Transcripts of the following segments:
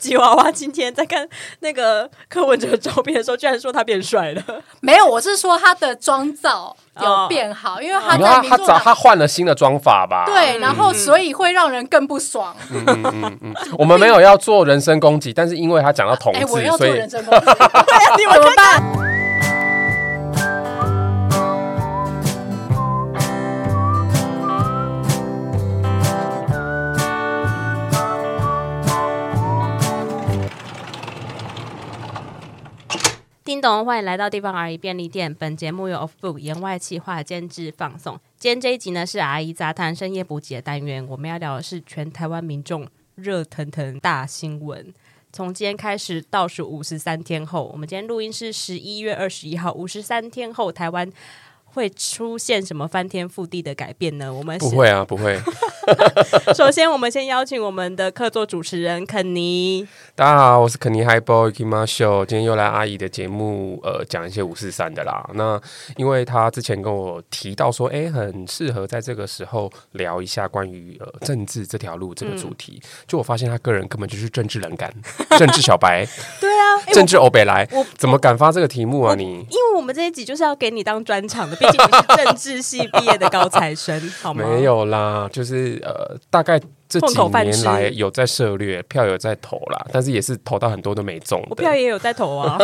吉娃娃今天在看那个柯文哲的照片的时候，居然说他变帅 了。没有，我是说他的妆造哦有变好，因为他你看在哦他民他众早党他换了新的妆法吧？嗯嗯对，然后所以会让人更不爽。我们没有要做人身攻击，但是因为他讲到同哎，志，我要所做以人身 攻击，对啊，你们怎么办？叮咚，欢迎来到地方阿姨便利店。本节目由 Off Book 言外企划监制放送。今天这一集呢是阿姨杂谈深夜补给的单元，我们要聊的是全台湾民众热腾腾大新闻。从今天开始倒数五十三天后，我们今天录音是十一月二十一号，五十三天后台湾会出现什么翻天覆地的改变呢？我们不是会啊，不会。 首先，我们先邀请我们的客座主持人肯尼。大家好，我是肯尼 Hi Boy Kima Show，今天又来阿姨的节目，呃，讲一些五四三的啦。那因为他之前跟我提到说，哎、很适合在这个时候聊一下关于呃政治这条路这个嗯主题。就我发现他个人根本就是政治冷感， 政治小白，对啊，哎政治欧北来我，怎么敢发这个题目啊你？因为我们这一集就是要给你当专场的，毕竟你是政治系毕业的高材 生，好吗？没，有啦，就是呃，大概这混几口饭年吃来有在涉略，票有在投啦，但是也是投到很多都没中我的。票也有在投 啊。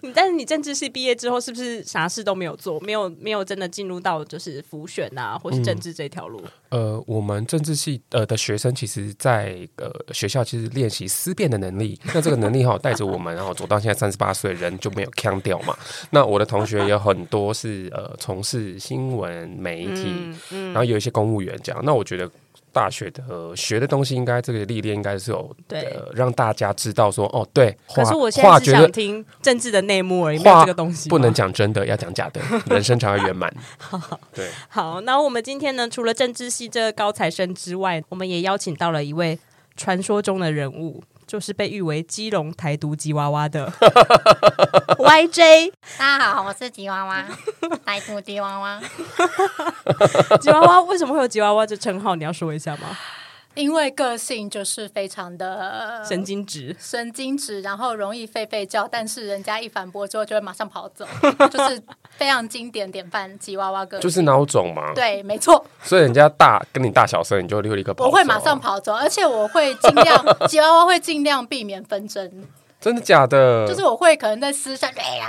你但是你政治系毕业之后，是不是啥事都没有做？没有没有真的进入到就是浮选啊，或嗯是政治这条路？呃，我们政治系呃的学生，其实在，呃学校其实练习思辨的能力。 那这个能力哈，带着我们，然后走到现在三十八岁，人就没有腔掉嘛。那我的同学有很多是呃从事新闻媒体，嗯然后有一些公务员这样。那我觉得。大学的、呃学的东西，应该这个历练应该是有对呃，让大家知道说哦，对。可是话我现话在只觉得想听政治的内幕而已，没有话这个东西吗。不能讲真的，要讲 假的，人生才会圆满。对，好，那我们今天呢，除了政治系这个高材生之外，我们也邀请到了一位传说中的人物，就是被誉为基隆台独吉娃娃的 YJ 大家好，我是吉娃 娃，白兔吉娃娃。吉娃娃。为什么会有吉娃娃这称号？你要说一下吗？因为个性就是非常的神经质。神经质，然后容易吠吠叫，但是人家一反驳之后就会马上跑走， 就是非常经典典范吉娃娃哥。就是孬种嘛。对，没错，所以人家大跟你大小声，你就立刻跑。我会马上。跑走，而且我会尽 量吉娃娃会尽量避免纷争，真的假的？就是我会可能在私下，哎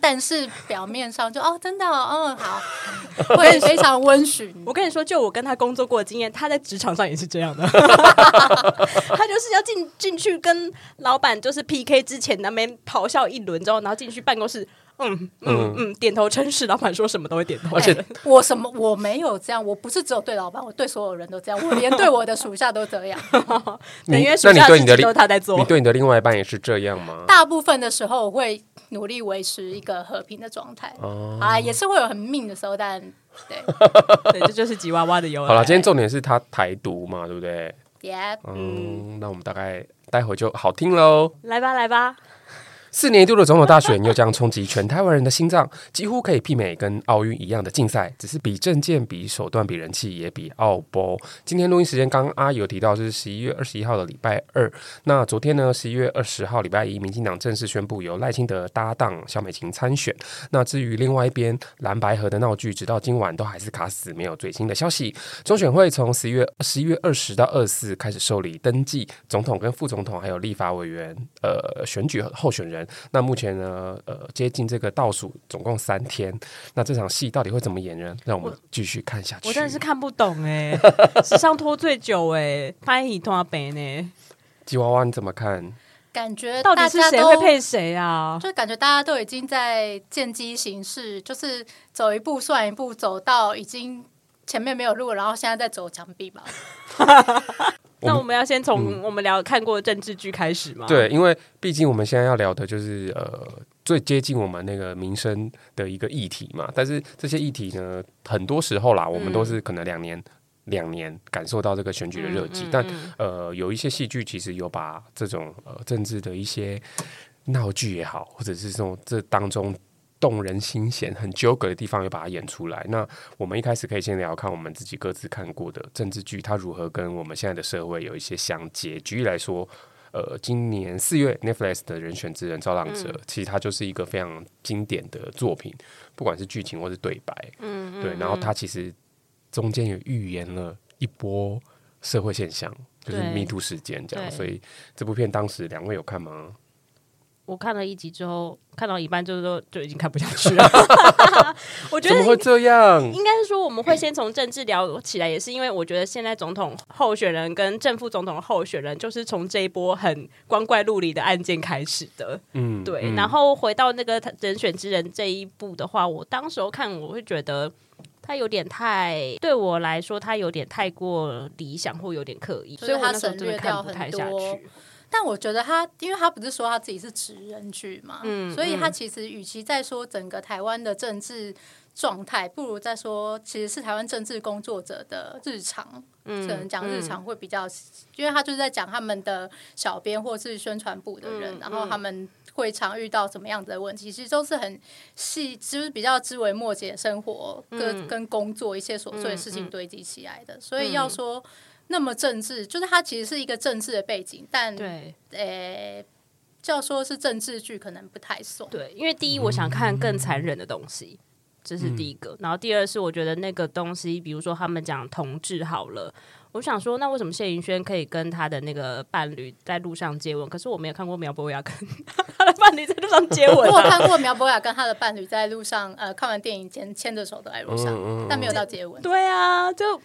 但是表面上就哦，真的哦，嗯，好，会非常温驯。我跟你说，就我跟他工作过的经验，他在职场上也是这样的。他就是要进进去跟老板就是 PK 之前，那边咆哮一轮之后，然后进去办公室，嗯嗯嗯，点头称是，老板说什么都会点头。 而且哎我什么我没有这样，我不是只有对老板，我对所有人都这样，我连对我的属下都这样。 等你于那暑你假对事你情的另都是他在做。你对你的另外一半也是这样吗？大部分的时候，我会努力维持一个和平的状态。哦啊，也是会有很命的时候，但对对，这就是吉娃娃的由来。 好了，今天重点是他台独嘛，对不对？ ，yeah，嗯，那我们大概待会就好听喽。来吧，来吧，四年一度的总统大选又将冲击全台湾人的心脏，几乎可以媲美跟奥运一样的竞赛，只是比证件、比手段、比人气，也比奥波。今天录音时间，刚刚阿姨有提到是十一月二十一号的礼拜二。那昨天呢，十一月二十号礼拜一，民进党正式宣布由赖清德搭档萧美琴参选。那至于另外一边蓝白河的闹剧，直到今晚都还是卡死，没有最新的消息。中选会从十一月十一月二十到二十四开始受理登记总统跟副总统还有立法委员呃选举候选人。那目前呢呃接近这个倒数总共三天，那这场戏到底会怎么演呢？让我们继续看下去。我真的是看不懂哎、史上拖最久哎、拍一拖北呢，吉娃娃你怎么看？感觉到大底是家谁会都配谁啊？就感觉大家都已经在见机行事，就是走一步算一步，走到已经前面没有路，然后现在在走墙壁吧。那我们要先从我们聊看过的政治剧开始吗？嗯对，因为毕竟我们现在要聊的就是呃最接近我们那个民生的一个议题嘛。但是这些议题呢，很多时候啦，我们都是可能两年。两年感受到这个选举的热嗯气，嗯但呃，有一些戏剧其实有把这种呃政治的一些闹剧也好，或者是这种这当中动人心弦、很纠葛的地方，有把它演出来。那我们一开始可以先聊看我们自己各自看过的政治剧，它如何跟我们现在的社会有一些相接。举例来说，呃，今年四月 Netflix 的人选之人造浪嗯者，其实它就是一个非常经典的作品，不管是剧情或是对白，嗯，对，然后它其实中间也预言了一波社会现象，就是对 Me Too 事件这样，对所以这部片当时两位有看吗？我看了一集之后，看到一半就都就已经看不下去 了。 我觉怎么得会这样？应该是说我嗯们会先从政治聊起来，也是因为我觉得现在总统候选人跟正副总统候选人就是从这一波很光怪陆离的案件开始的。嗯，对，嗯然后回到那个他人选之人这一步的话，我当时候看我会觉得他有点太对我来说，他有点太过理想或有点刻意，就所是以我他那时候省真的略看掉不很太下多去。但我觉得他，因为他不是说他自己是职人剧嘛，嗯所以他其实与其在说整个台湾的政治状态，不如在说其实是台湾政治工作者的日常，嗯可能讲日常会比较，因为他就是在讲他们的小编或是宣传部的人，嗯然后他们。会常遇到什么样子的问题，其实都是很细，就是比较枝微末节，生活嗯跟、跟工作一些琐碎的事情堆积起来的。所以要说那么政治，就是它其实是一个政治的背景，但对呃，要说是政治剧，可能不太算。对，因为第一我想看更残忍的东西。这是第一个，然后第二是我觉得那个东西，比如说他们讲同志好了，我想说，那为什么谢云轩可以跟他的那个伴侣在路上接吻？可是我没有看过苗博雅跟 他的伴侣在路上接吻、 我有啊。看过苗博雅跟他的伴侣在路上，呃，看完电影牵牵着手走在路上，但没有到接吻。对啊，就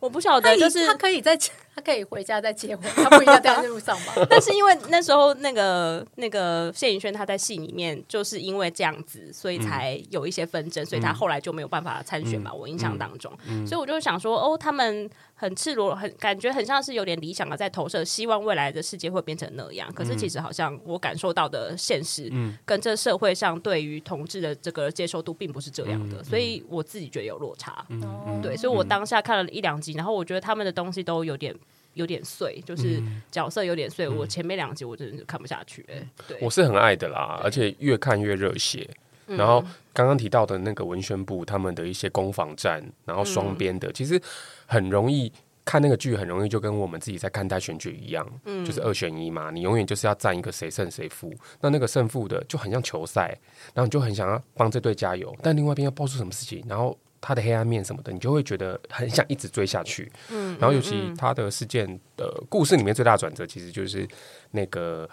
我不晓他得，以就是他可以在他可以回家再接吻，他不一定要掉在路上吧？ 但是因为那时候那个那个谢颖轩他在戏里面就是因为这样子，所以才有一些纷争，所以他后来就没有办法参选嘛。我印象当中，所以我就想说，哦，他们很赤裸，很感觉很像是有点理想的在投射，希望未来的世界会变成那样。可是其实好像我感受到的现实，跟这社会上对于同志的这个接受度并不是这样的，所以我自己觉得有落差。哦对，所以我当下看了一两集，然后我觉得他们的东西都有点有点碎，就是角色有点碎。我前面两集我真的是看不下去、欸，对，我是很爱的啦，而且越看越热血。然后刚刚提到的那个文宣部他们的一些攻防战，然后双边的，其实很容易看那个剧，很容易就跟我们自己在看待选举一样，就是二选一嘛，你永远就是要占一个谁胜谁负。那那个胜负的就很像球赛，然后你就很想要帮这队加油，但另外一边要爆出什么事情，然后。他的黑暗面什么的，你就会觉得很想一直追下去。嗯，然后尤其他的事件，呃，故事里面最大的转折其实就是那个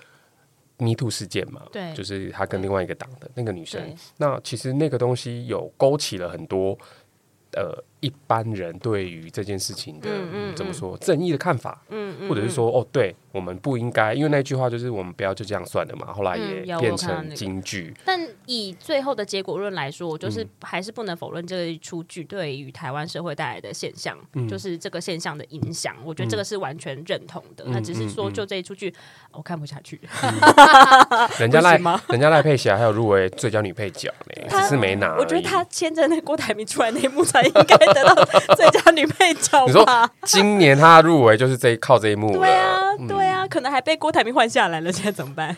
Me Too 事件嘛，对就是她跟另外一个党的那个女生对。那其实那个东西有勾起了很多呃一般人对于这件事情的、嗯怎么说正义的看法，嗯，或者是说哦，对我们不应该，因为那句话就是我们不要就这样算了嘛。后来也嗯有变我看到那成个京 剧，但以最后的结果论来说，我就是还是不能否认这一出剧对于台湾社会带来的现象，就是这个现象的影响。我觉得这个是完全认同的。那只是说，就这一出剧，我看不下去。人家不赖行吗人家赖佩霞还有入围最佳女配角呢， 只她是没拿而已。我觉得他牵着那郭台铭出来那一幕才应该得到最佳女配角你说吧？ 今年她入围就是这一靠这一幕了，对啊，对啊，嗯可能还被郭台铭换下来了，现在怎么办？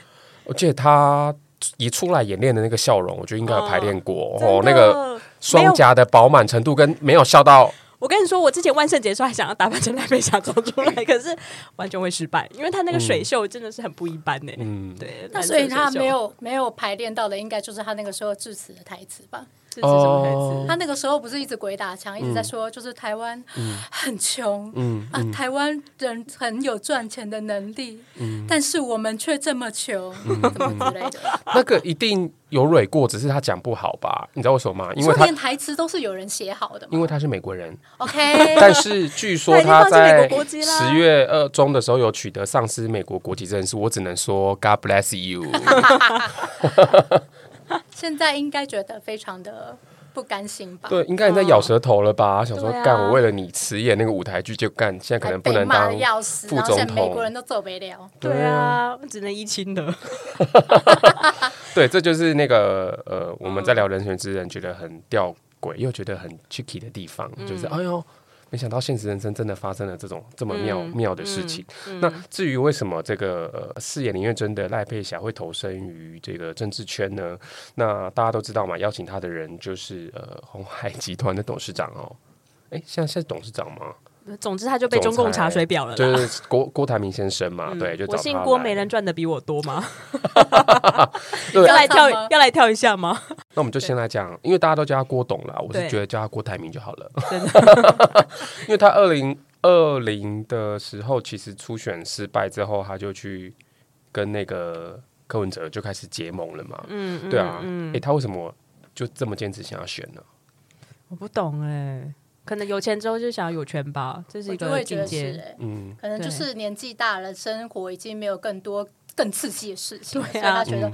而且她一出来演练的那个笑容，我觉得应该有排练过哦，那真个。的双颊的饱满程度跟没有笑到，我跟你说，我之前万圣节的时候还想要打扮成赖佩霞走出 来，可是完全会失败，因为他那个水袖真的是很不一般呢、嗯，对，那蓝色所以他水袖没有没有排练到的，应该就是他那个时候致辞的台词吧？这是什么台哦词？他那个时候不是一直鬼打墙，一直在说就是台湾很穷，啊，台湾人很有赚钱的能力，但是我们却这么穷，怎么之类的，那个一定有蕊过，只是他讲不好吧？你知道为什么吗？因说为他连台词都是有人写好的嘛。因为他是美国人， OK， 但是据说他他已经放弃美在国国籍啦十月二中的时候有取得丧失美国国籍证书，我只能说 God bless you。现在应该觉得非常的不甘心吧？对，应该也在咬舌头了吧？想说对啊干，我为了你辞演那个舞台剧就干，现在可还能不被能骂当的要死，副然后总现在美国人统。都做不了。对啊，只能一清的。对，这就是那个呃，我嗯们在聊人选之人，觉得很吊诡，又觉得很 tricky 的地方，就是嗯哎呦。没想到现实人生真的发生了这种这么妙、嗯妙的事情。那至于为什么这个呃饰演林月珍的赖佩霞会投身于这个政治圈呢？那大家都知道嘛，邀请她的人就是呃红海集团的董事长哦。哎，现在现在董事长吗？总之他就被中共查水表了就啦。是郭郭台铭先生嘛，嗯对，就找我他姓郭，来没人赚的比我多吗？对要来跳要唱吗要来跳一下吗？那我们就先来讲，因为大家都叫他郭董啦，我是对觉得叫他郭台铭就好了，真的， 因为他二零二零的时候，其实初选失败之后，他就去跟那个柯文哲就开始结盟了嘛，嗯，嗯对啊，嗯诶，，他为什么就这么坚持想要选呢？我不懂欸哎，可能有钱之后就想要有权吧，这是我一就会个觉境得是、界。欸，嗯，可能对就是年纪大了，生活已经没有更多更刺激的事情了，对所以啊他觉得、嗯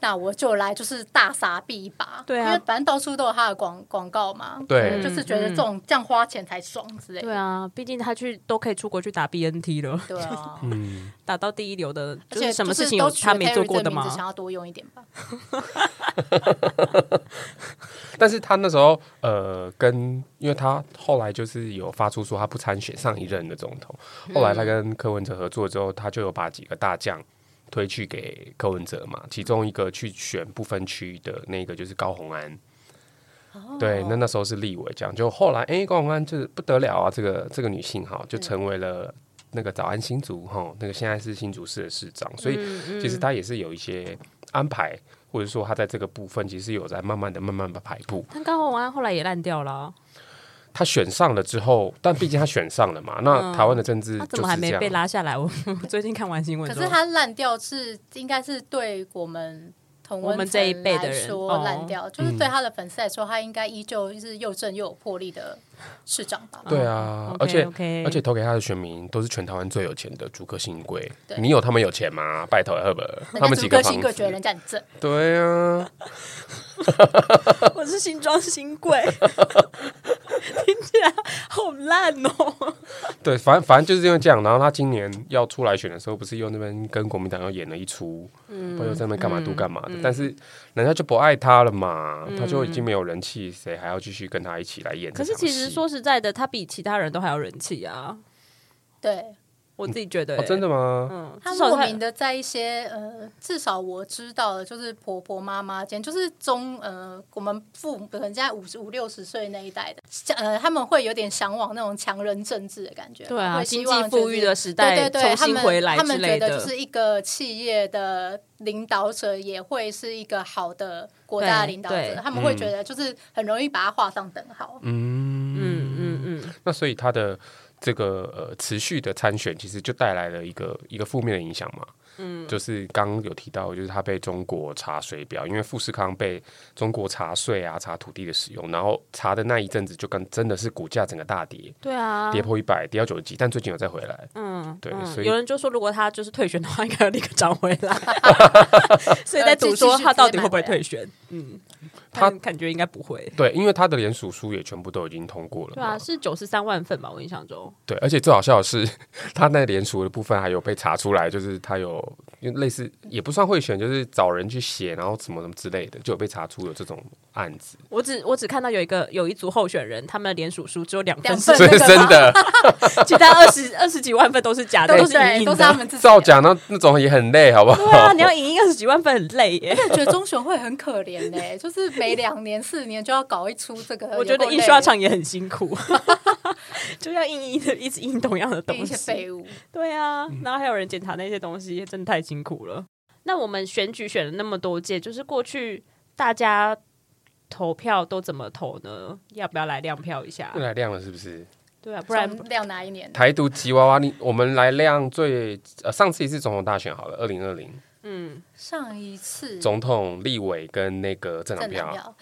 那我就来就是大傻逼一把，对啊因为反正到处都有他的广广告嘛，对就是觉得这种这样花钱才爽之类嗯的，对啊，毕竟他去都可以出国去打 BNT 了，对啊。嗯，打到第一流的，而就且是什么就事情都有取他了没 Terry 做过这的名字想吗？要多用一点吧。但是他那时候呃，跟因为他后来就是有发出说他不参选上一任的总统，后来他跟柯文哲合作之后，他就有把几个大将推去给柯文哲嘛，其中一个去选不分区的那个就是高虹安。对，那那时候是立委，这样就后来，哎、高虹安就是不得了啊，这个这个女性哈，就成为了那个早安新竹哈，那个现在是新竹市的市长，所以其实他也是有一些安排，或者说他在这个部分其实有在慢慢的、慢慢的排布。但高虹安后来也烂掉了啊，他选上了之后，但毕竟他选上了嘛，那台湾的政治嗯他怎就么还是这没被样。拉下来？我我最近看完新闻可之是后，它烂掉是应该是对我们同我温们层这一辈的人哦来说烂掉，就是对他的粉丝来说，他应该依旧是又正又有魄力的市长吧？对啊， OK，而且 OK 而且投给他的选民都是全台湾最有钱的竹科新贵，对你有他们有钱吗？拜托赫本，他人家们几朱个哥房新贵觉得子？人家很正，对啊，我是新装新 贵，听起来好烂哦。对，反正反正就是因为这样，然后他今年要出来选的时候，不是又那边跟国民党又演了一出，嗯，又在那边干嘛都干嘛嗯的，但是人家就不爱他了嘛，他就已经没有人气，谁还要继续跟他一起来演这可场戏？是其实说实在的，他比其他人都还要人气啊，对我自己觉得、哦，真的，的吗？嗯，他至少莫名的在一些呃，至少我知道的就是婆婆妈妈间，就是中呃，我们父母可能现在五十五六十岁那一代的，呃，他们会有点向往那种强人政治的感觉，对啊会经希济望就是富裕的时代对对对，重他新们回来他之们类觉的得就是一个企业的领导者也会是一个好的国家的对领导对者，他们会觉得就是很容易把它画上等号，嗯嗯嗯，那所以他的这个呃持续的参选，其实就带来了一个一个负面的影响嘛。嗯，就是刚刚有提到，就是他被中国查水表，因为富士康被中国查税啊，查土地的使用，然后查的那一阵子就跟真的是股价整个大跌，对啊，跌破一百，跌到九十几，但最近有再回来。嗯，对，所嗯，以有人就说，如果他就是退选的话，应该要立刻涨回 来。所以在赌说他到底会不会退选？嗯，他他感觉应该不会。对，因为他的联署书也全部都已经通过了对啊，嘛。是九十三万份吧？我印象中，对，而且最好笑的是，他那联署的部分还有被查出来，就是他有因为类似也不算贿选，就是找人去写，然后什么什么之类的，就有被查出有这种案子，我只我只看到有一个有一组候选人，他们的联署书只有两份两是份所以呃那真的，个是真的其他二十二十几万份都是假的，都都是是对影印都是他的。们自己的造。假，那那种也很累，好不对啊，好？你要影印二十几万份很累耶。我觉得中选会很可怜呢、就是每两年、四年就要搞一出这个有够累的，我觉得印刷厂也很辛苦， 就要印一一直印同样的变一东些西。废物。对啊，嗯然后还有人检查那些东西，真的太辛苦了。那我们选举选了那么多届，就是过去大家投票都怎么投呢？要不要来亮票一下 又？来亮了是不是？对啊，不不然然亮哪一年？台独吉娃娃，你我们来亮最呃上次一次总统大选好了，二零二零嗯，上一次总统、立委跟那个政党政党票，票，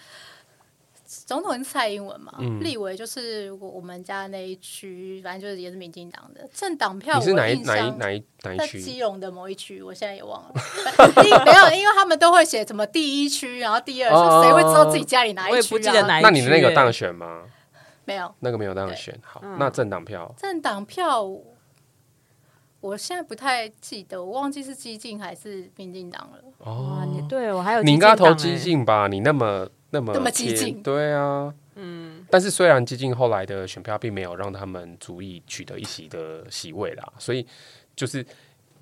总统是蔡英文嘛？嗯立委就是我我们家那一区，反正就是也是民进党的政党票。你是我哪一印哪一象哪一哪一在区？基隆的某一区，我现在也忘了。 因为没有，因为他们都会写什么第一区，然后第二区，哦谁会知道自己家里哪一我区、啊？也不记得哪一区、那你的那个有当欸选吗？没有那个没有当选，好，嗯那政党票。政党票，我现在不太记得，我忘记是激进还是民进党了。哦哇，你对我还呃有你应激进该投党激欸，进吧？你那么那么那么激偏进对啊，嗯。但是虽然激进后来的选票并没有让他们足以取得一席的席位啦，所以就是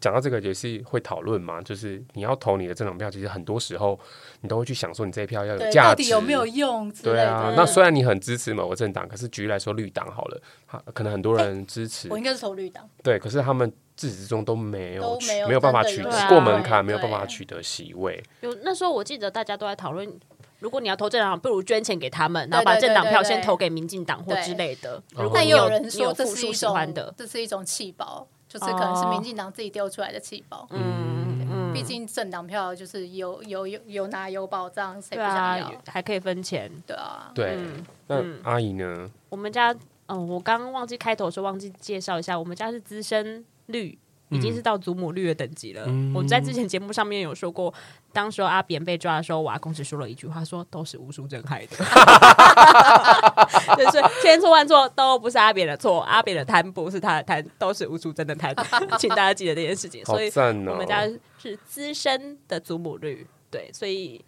讲到这个也是会讨论嘛，就是你要投你的政党票，其实很多时候你都会去想说你这一票要有对，呃价值，到底有没有用之类对的。啊，那虽然你很支持某个政党，可是举例来说，绿党好了，他可能很多人支持，哎我应该是投绿党，对，可是他们自始至终都没有都取没有没有办法真的取有得对啊过门对槛，没有办法取得席位。有那时候我记得大家都在讨论，如果你要投政党，不如捐钱给他们，然后对把对政党对票对先投给民进党或对之类的。哦如果但你也有人你有说这复是数一喜欢种的，，哦这是一种气包，就是可能是民进党自己丢出来的气包。嗯嗯，毕竟政党票就是有有有有拿有保障，谁对不想啊要？，还可以分钱。对啊，对，那阿姨呢？我们家，嗯，我刚忘记开头说忘记介绍一下，我们家是资深绿，已经是到祖母绿的等级了。嗯我在之前节目上面有说过，当时候阿扁被抓的时候，我阿公只说了一句话，说都是吴淑珍害的。就是千错万错都不是阿扁的错，阿扁的贪不是他的贪，都是吴淑珍的贪。请大家记得这件事情。好所以赞哦我！们家是资深的祖母绿，对，所以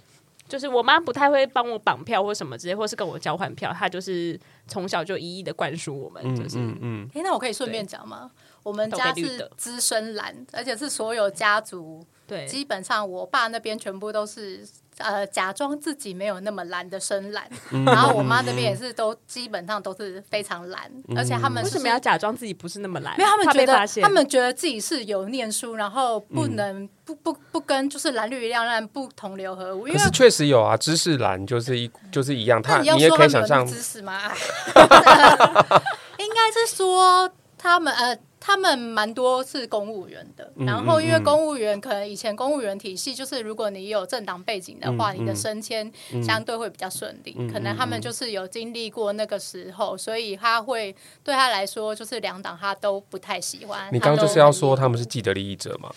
就是我妈不太会帮我绑票或什么之类，或是跟我交换票，她就是从小就一一的灌输我们，就是、嗯嗯，哎、那我可以顺便讲吗？我们投给家绿是的资深蓝，而且是所有家族，对，基本上我爸那边全部都是呃假装自己没有那么蓝的深蓝，嗯然后我妈那边也是都基本上都是非常蓝，而且他们嗯为是什么要假装自己不是那么懒？没有，他们怕觉被发得现，嗯他们觉得自己是有念书，然后不能、不不不跟就是蓝绿两岸不同流合污，因可为是确实有啊，知识栏就是一就是一样，那他你要也说可他们以想有那象么，知识吗？ 哎应该是说他们呃，他们蛮多是公务员的。嗯然后因为公务员可能以前公务员体系就是，如果你有政党背景的话，嗯你的升迁相对会比较顺利。可能他们就是有经历过那个时候，所以他会对他来说，就是两党他都不太喜欢。你刚刚他都就是要说他们是既得利益者嘛？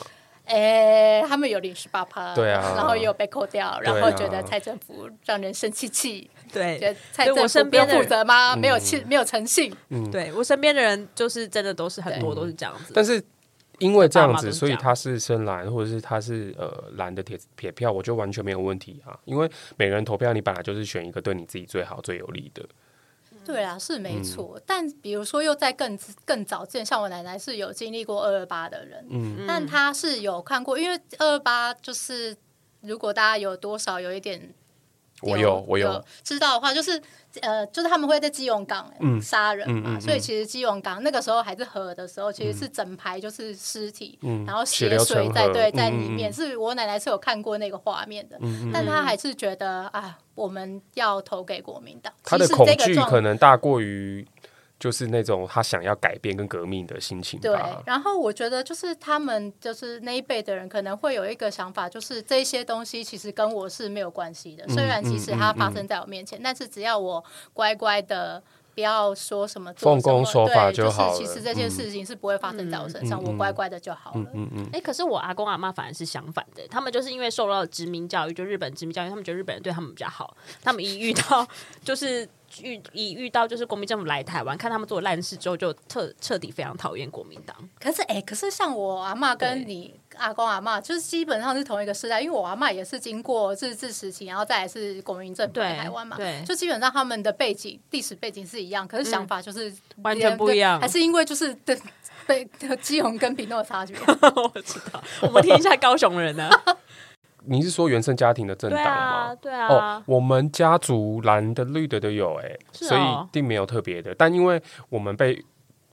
哎、他们有零十八趴，对啊然后也有被扣掉，然对后啊觉得蔡政府让人生气气。觉对得。蔡对我政身府不用边的嗯负责吗？没有气，没有诚信。对我身边的人，就是真的都是很多都是这样子。但是因为这样爸妈都子，是所以这样他是深蓝，或者是他是呃蓝的铁铁票，我觉得完全没有问题啊。因为每个人投票，你本来就是选一个对你自己最好、最有利的。对啊，是没错。但比如说，又在更更早之前，像我奶奶是有经历过二二八的人，嗯，但她是有看过，因为二二八就是如果大家有多少有一点我有，我有，知道的话，就是呃，就是他们会在基隆港嗯欸杀、人嘛，所以其实基隆港那个时候还是河的时候，其实是整排就是尸体，然后嗯血血流成水河在对嗯在嗯里面，是我奶奶是有看过那个画面的，但她还是觉得啊，我们要投给国民党。他的其实恐这个惧状可能大过于就是那种他想要改变跟革命的心情对吧，。然后我觉得就是他们就是那一辈的人可能会有一个想法，就是这些东西其实跟我是没有关系的。嗯虽然其实它发生在我面前，但是只要我乖乖的。不要说什么做奉公什么守法对就是好了嗯其实这件事情是不会发生在我身上，我乖乖的就好了。哎、可是我阿公阿妈反而是相反的，他们就是因为受到殖民教育，就日本殖民教育，他们觉得日本人对他们比较好，他们一遇到就是遇一遇到就是国民政府来台湾，看他们做烂事之后，就彻彻底非常讨厌国民党。 可是哎、可是像我阿嬷对跟你阿公阿嬷，就是基本上是同一个时代，因为我阿嬷也是经过日治时期，然后再来是国民政府对来台湾嘛，对嗯就基本上他们的背景、历史背景是一样，可是想法就是、完全不一样还是因为就是对被 基隆跟平东的差距，我知道，我们听一下高雄人 呢、你是说原生家庭的政对党啊，吗？对哦啊，，我们家族蓝的、绿的都有哎、是哦所以并没有特别的。但因为我们被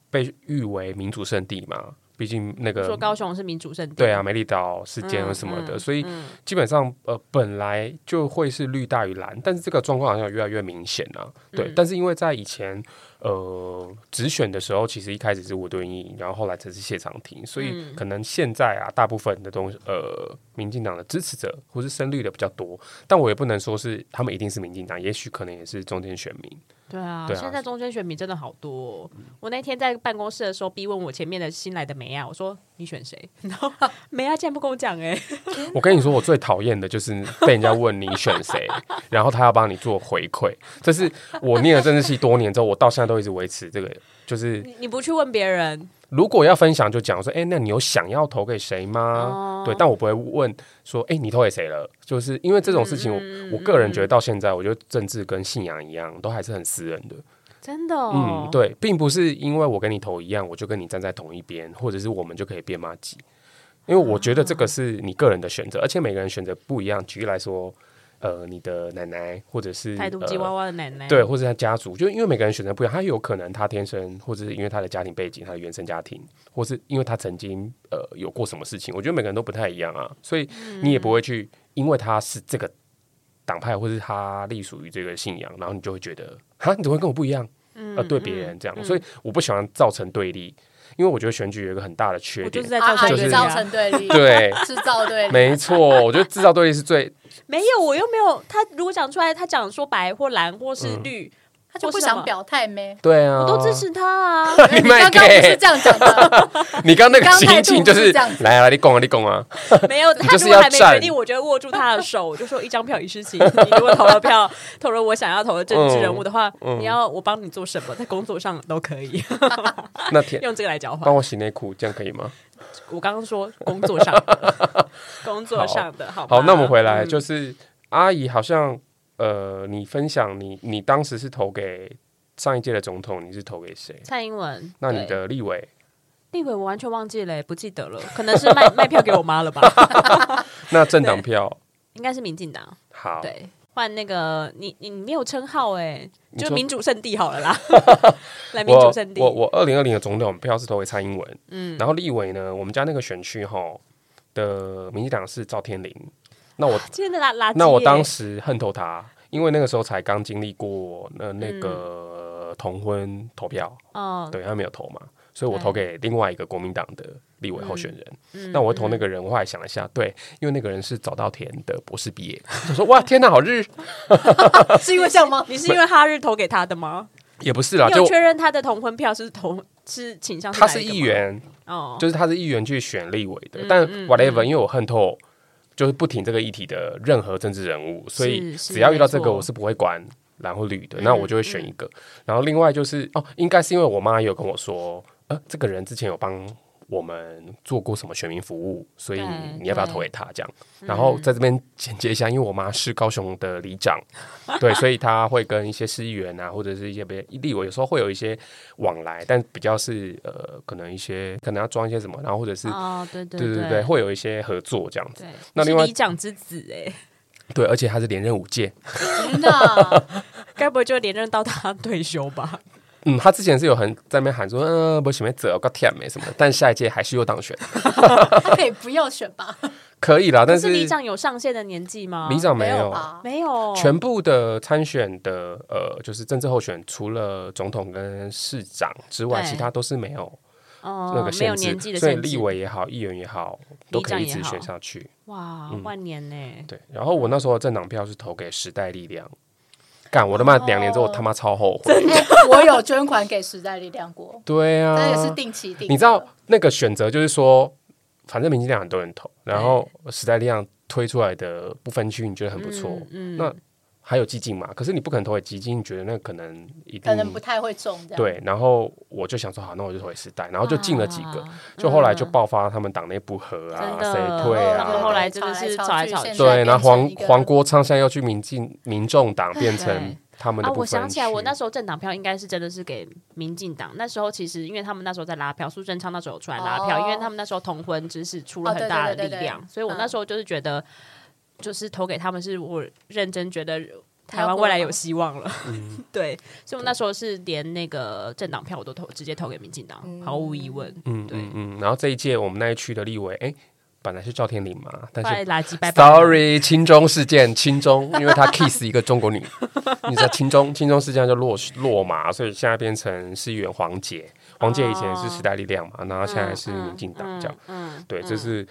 被誉为民主圣地嘛，毕竟那你说个高雄是民主圣地，对啊，，美丽岛事件什么的，所以基本上呃本来就会是绿大于蓝，但是这个状况好像越来越明显啊。对，但是因为在以前呃直选的时候，其实一开始是吴敦义，然后后来才是谢长廷，所以可能现在啊大部分的东西呃民进党的支持者或是深绿的比较多，但我也不能说是他们一定是民进党，也许可能也是中间选民。对啊，对啊嗯现在中间选民真的好多、哦。我那天在办公室的时候，逼问我前面的新来的梅啊亚，我说你选谁？ 然后梅亚竟然不跟我讲、哎，我跟你说，我最讨厌的就是被人家问你选谁，然后他要帮你做回馈。这是我念了政治系多年之后，我到现在都一直维持这个。就是你你不去问别人，如果要分享，就讲说，哎、那你有想要投给谁吗？对，但我不会问说，哎、你投给谁了？就是因为这种事情我，我、个人觉得到现在，我觉得政治跟信仰一样，都还是很私人的。真的、哦，嗯，对，并不是因为我跟你投一样，我就跟你站在同一边，或者是我们就可以变妈鸡。因为我觉得这个是你个人的选择，而且每个人选择不一样。举例来说，呃，你的奶奶或者是台独吉娃娃的奶奶，呃，对，，或者是他家族，就因为每个人选择不一样，他有可能他天生，或者是因为他的家庭背景、他的原生家庭，或是因为他曾经呃有过什么事情，我觉得每个人都不太一样啊，所以你也不会去，呃因为他是这个党派，或是他隶属于这个信仰，然后你就会觉得啊，你怎么会跟我不一样？嗯呃，对别人这样，所以我不喜欢造成对立，因为我觉得选举有一个很大的缺我就点是，在造啊，成就是人也家造成对立，，对， 制造对立，没错，我觉得制造对立是最。没有，我又没有他。如果讲出来，他讲说白或蓝或是绿，他就或不什么想表态没 对啊，我都支持他 啊。你你卖刚刚不是给这样讲 的，你刚那个刚心态度情就不是是这样子来啊，你拱啊，你拱啊，没有，你他就如是果要还没站决定，我就握住他的手，我就说一张票一事情。你如果投了票，投了我想要投的政治人物的话，嗯你要我帮你做什么，在工作上都可以那 天用这个来交换帮。我洗内裤，这样可以吗？我刚刚说工作上的， 工作上的，好吧。好，那我们回来，嗯就是阿姨好像呃，你分享你你当时是投给上一届的总统，你是投给谁？蔡英文。那你对的立委，立委我完全忘记了，欸不记得了，可能是卖 卖票给我妈了吧？那政党票应该是民进党。好，对，换那个你你你没有称号哎，你就说民主圣地好了 啦，来民我主圣地。我我二零二零的总统票是投给蔡英文，嗯，然后立委呢，我们家那个选区哈的民进党是赵天麟，那我今天的垃垃圾耶。那我当时恨透他，因为那个时候才刚经历过那那嗯个同婚投票，哦，对他没有投嘛，所以我投给另外一个国民党的立委候选人。嗯那我会投那个人，我后来想了一下，对，因为那个人是早稻田的博士毕业，我说哇，天哪，好日是因为这样吗？你是因为哈日投给他的吗？也不是啦，你就有确认他的同婚票是同是倾向他哪是一个议吗员，哦，嗯就是他是议员去选立委的，但 whatever，因为我恨透。就是不挺这个议题的任何政治人物，所以是是只要遇到这没个，错嗯我是不会管蓝或绿的，那我就会选一个。然后另外就是哦，应该是因为我妈也有跟我说，呃，这个人之前有帮我们做过什么选民服务，所以对你你要不要投对嗯给他这样？然后在这边简介一下，因为我妈是高雄的里长，对，所以她会跟一些市议员啊，或者是一些别立委，有时候会有一些往来，但比较是呃，可能一些可能要装一些什么，然后或者是、哦，对对对对对对对，会有一些合作这样子。对那是另外里长之子哎，对，而且她是连任五届，真的，该不会就连任到他退休吧？嗯，她之前是有很在那边喊说，嗯、不行，没走，够甜没什么的，但下一届还是又当选，他可以不要选吧？可以啦，但可是是里长有上限的年纪吗？里长没有。 吧？哦 没有全部的参选的呃，就是政治候选，除了总统跟市长之外，对其他都是没有哦那个没有限制，年纪的所以限制立委也好，议员也好，都可以一直选下去。哇嗯万年呢？对，然后我那时候的政党票是投给时代力量，干我他哦妈两年之后我他妈超后悔，我有捐款给时代力量过，对啊，但也是定期定额。你知道那个选择就是说，反正民进党很多人投，然后时代力量推出来的不分区，你觉得很不错，嗯那还有激进嘛？可是你不可能投给激进，你觉得那可能一定可能不太会中这样。，对，然后我就想说，好，那我就投给时代，然后就进了几个，啊就后来就爆发他们党内不和啊，真的谁嗯退然后啊后，来真的是吵来吵去对，然后黄黄国国昌现在又去民进民众党，变对成他们的啊！不我分想起来，我区那时候政党票应该是真的是给民进党。那时候其实因为他们那时候在拉票，苏贞昌那时候有出来拉票，哦因为他们那时候同婚知识出了很大的力量，哦对对对对对所嗯以我那时候就是觉得，就是投给他们是我认真觉得台湾未来有希望了。嗯 对，所以我那时候是连那个政党票我都投，直接投给民进党，毫无疑问。嗯对嗯嗯，然后这一届我们那一区的立委，哎，本来是赵天麟嘛，但快是垃圾拜拜 Sorry，亲中事件，亲中，因为他 kiss 一个中国女， 你知道亲中，亲中事件就落落马，所以现在变成市议员黄杰，黄杰以前是时代力量嘛，然后现在是民进党这样，嗯，嗯对，这是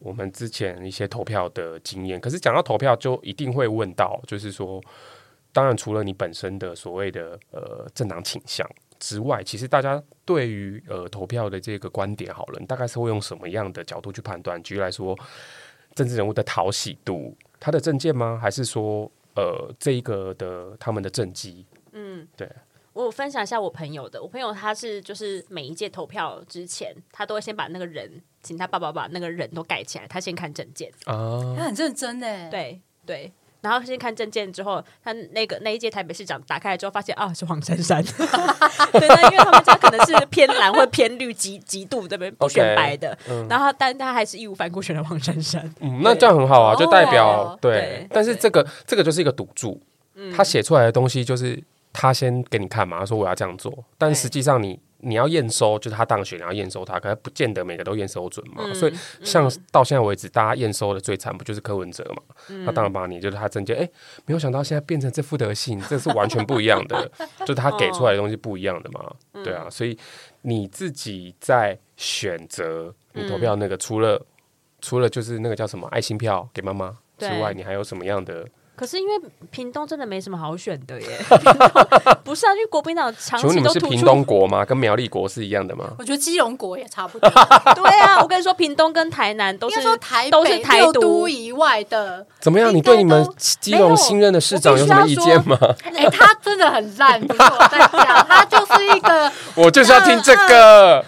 我们之前一些投票的经验。可是讲到投票，就一定会问到，就是说，当然除了你本身的所谓的呃政党倾向之外，其实大家对于呃投票的这个观点，好了，你大概是会用什么样的角度去判断？举例来说，政治人物的讨喜度，他的政见吗？还是说？呃，这一个的他们的政绩，我有分享一下我朋友的，我朋友他是就是每一届投票之前，他都会先把那个人，请他爸爸把那个人都盖起来，他先看证件，欸他很认真呢。，对对，然然后先看证件之后，他那个那一届台北市长打开来之后，发现啊是黄珊珊， 对，那因为他们家可能是偏蓝或偏绿极极度这边不选 OK，白的然后他但他还是义无反顾选了黄珊珊，嗯，那这样很好啊，哦就代表对对对。嗯但是这个这个就是一个赌注，他写出来的东西就是他先给你看嘛，他说我要这样做，但对实际上你你要验收，就是他当选你要验收他，可是不见得每个都验收准嗯嘛。所以像到现在为止，大家验收的最惨不就是柯文哲嘛？嗯他当了八年，就是他证件，哎，没有想到现在变成这副德性，这是完全不一样 的，就是他给出来的东西不一样的哦嘛。嗯对啊，所以你自己在选择你投票嗯那个，除了除了就是那个叫什么爱心票给妈妈之对外，你还有什么样的？可是因为屏东真的没什么好选的 耶，不是啊，因为国民党长请问期你们都是突屏出东国吗？跟苗栗国是一样的吗？我觉得基隆国也差不多， 对啊，我跟你说，屏东跟台南都应是该说台都是北台六独都。以外的，怎么样？你应该对你们都基隆新任的市长有什么意见吗？哎、他真的很烂，不是我在 讲，他就是一个 我就是要听这个。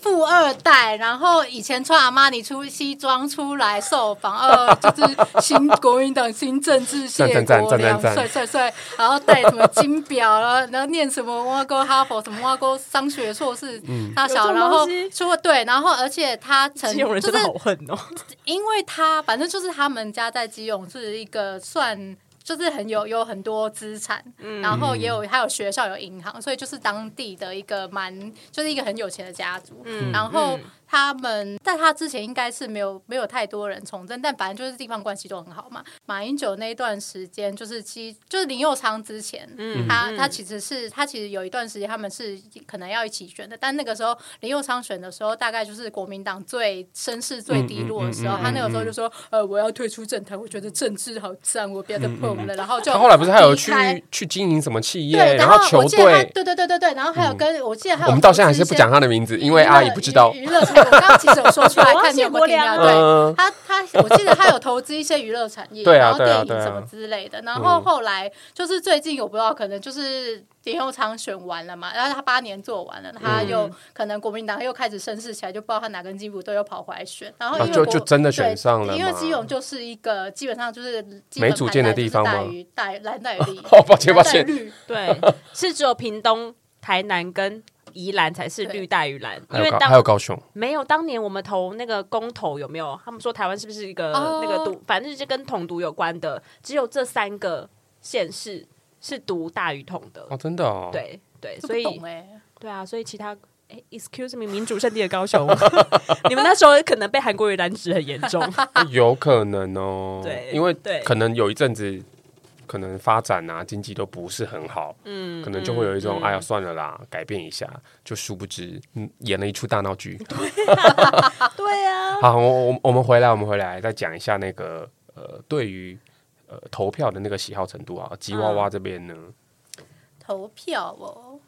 富二代，然后以前穿阿玛尼出西装出来受访，呃，就是新国民党新政治谢赞赞国赞赞梁赞帅帅帅，然后戴什么金表了，然后念什么挖沟哈佛什么挖沟商学硕士，嗯大小，有这种然后东西出对，然后而且他曾基隆人就真的是好恨哦、因为他反正就是他们家在基隆是一个算。就是很有有很多资产，然后也有还有学校有银行，所以就是当地的一个蛮就是一个很有钱的家族。然后他们在他之前应该是没有没有太多人从政，但反正就是地方关系都很好嘛。马英九那一段时间就是基就是林佑昌之前，嗯嗯嗯他他其实是他其实有一段时间他们是可能要一起选的，但那个时候林佑昌选的时候，大概就是国民党最声势最低落的时候，嗯嗯嗯嗯嗯他那个时候就说：“呃，我要退出政坛，我觉得政治好脏，我不要再碰了。然后就嗯他后来不是还有离去开去经营什么企业，对，然后球我记得他队。嗯对对对对对，然后还有跟、我记得还有我们到现在还是不讲他的名字，因为阿姨不知道。娱娱乐产业，我刚刚其实有说出来， 我要看你有没有听谢到。国对，嗯，他他，我记得他有投资一些娱乐产业， 对啊然后对啊电影什么对啊之类的。然后后来就是最近我不知道，可能就是林佑昌选完了嘛，然后他八年做完了，他嗯又、可能国民党又开始声势起来，就不知道他哪根筋不对，又跑回来选。然后因啊为、就就真的选上了对因为嘛基隆就是一个基本上就是基没本主见的盘带地方就是吗，大于大于蓝大于绿 哦，抱歉抱蓝大于歉，绿。 对，是只有屏东、台南跟宜兰才是绿带鱼蓝，因还为有高还当有高雄，没有当年我们投那个公投有没有？他们说台湾是不是一个、哦那个毒，反正就是跟统独有关的，只有这三个县市是毒大于统的。哦，真的哦，，对对，这所不以懂哎、对啊，所以其他。哎，excuse me，民主圣地的高雄， 你们那时候可能被韩国瑜染指很严 重。有可能哦，对因为对可能有一阵子，可能发展啊，经济都不是很好，嗯，可能就会有一种嗯哎呀算了啦，改变一下，就殊不知，嗯，演了一出大闹剧。对啊，好，我我我们回来，我们回来再讲一下那个呃，对于呃投票的那个喜好程度啊，吉娃娃这边呢，投票哦。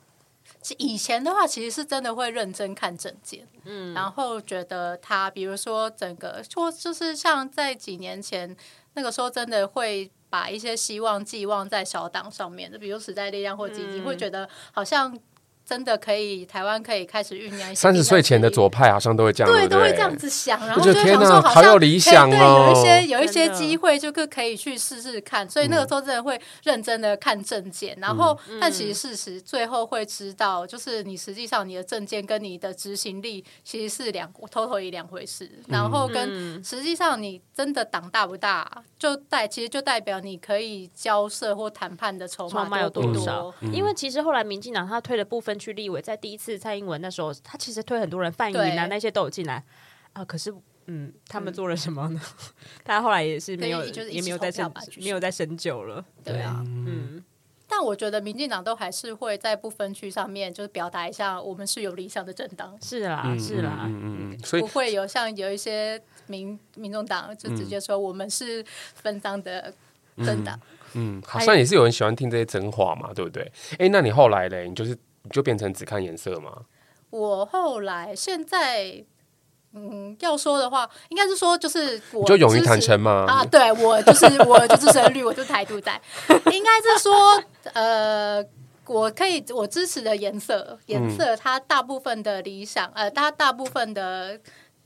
其以前的话，其实是真的会认真看证件，嗯，然后觉得他，比如说整个，就就是像在几年前那个时候，真的会把一些希望寄望在小党上面的，比如时代力量或基嗯金，会觉得好像真的可以，台湾可以开始酝酿一些三十岁前的左。左派好像都会这样，对，不都会这样子想，然后我觉就得想天说哪好像哎好有理想对，哦有一些有一些真的机会就可可以去试试看，所以嗯那个时候真的会认真的看证件，然后但其实事实最后会知道，就是你实际上你的证件跟你的执行力其实是两偷偷一两回事，然后嗯跟实际上你真的党大不大，就代其实就代表你可以交涉或谈判的筹筹码有多多嗯不少？因为其实后来民进党他推了部分区立委，在第一次蔡英文那时候，他其实推很多人，范云啊对那些都有进来啊。可是，嗯，他们做了什么呢？ 他后来也是没有，对就是一起也没有再投票深吧就是没有再深究了。对啊，嗯，但我觉得民进党都还是会在不分区上面，就是表达一下我们是有理想的政党，是啦，是啦，嗯嗯嗯，所以不会有像有一些民民众党就直接说我们是分赃的政党。嗯，好像也是有人喜欢听这些真话嘛，对不对？哎，那你后来嘞，你就是你就变成只看颜色嘛？我后来现在。嗯，要说的话，应该是说就是我你就勇于支持坦诚嘛啊，对我就是我就是深绿，我就是台独仔，应该是说呃，我可以我支持的颜色，嗯颜色它大部分的理想，嗯呃，它大部分的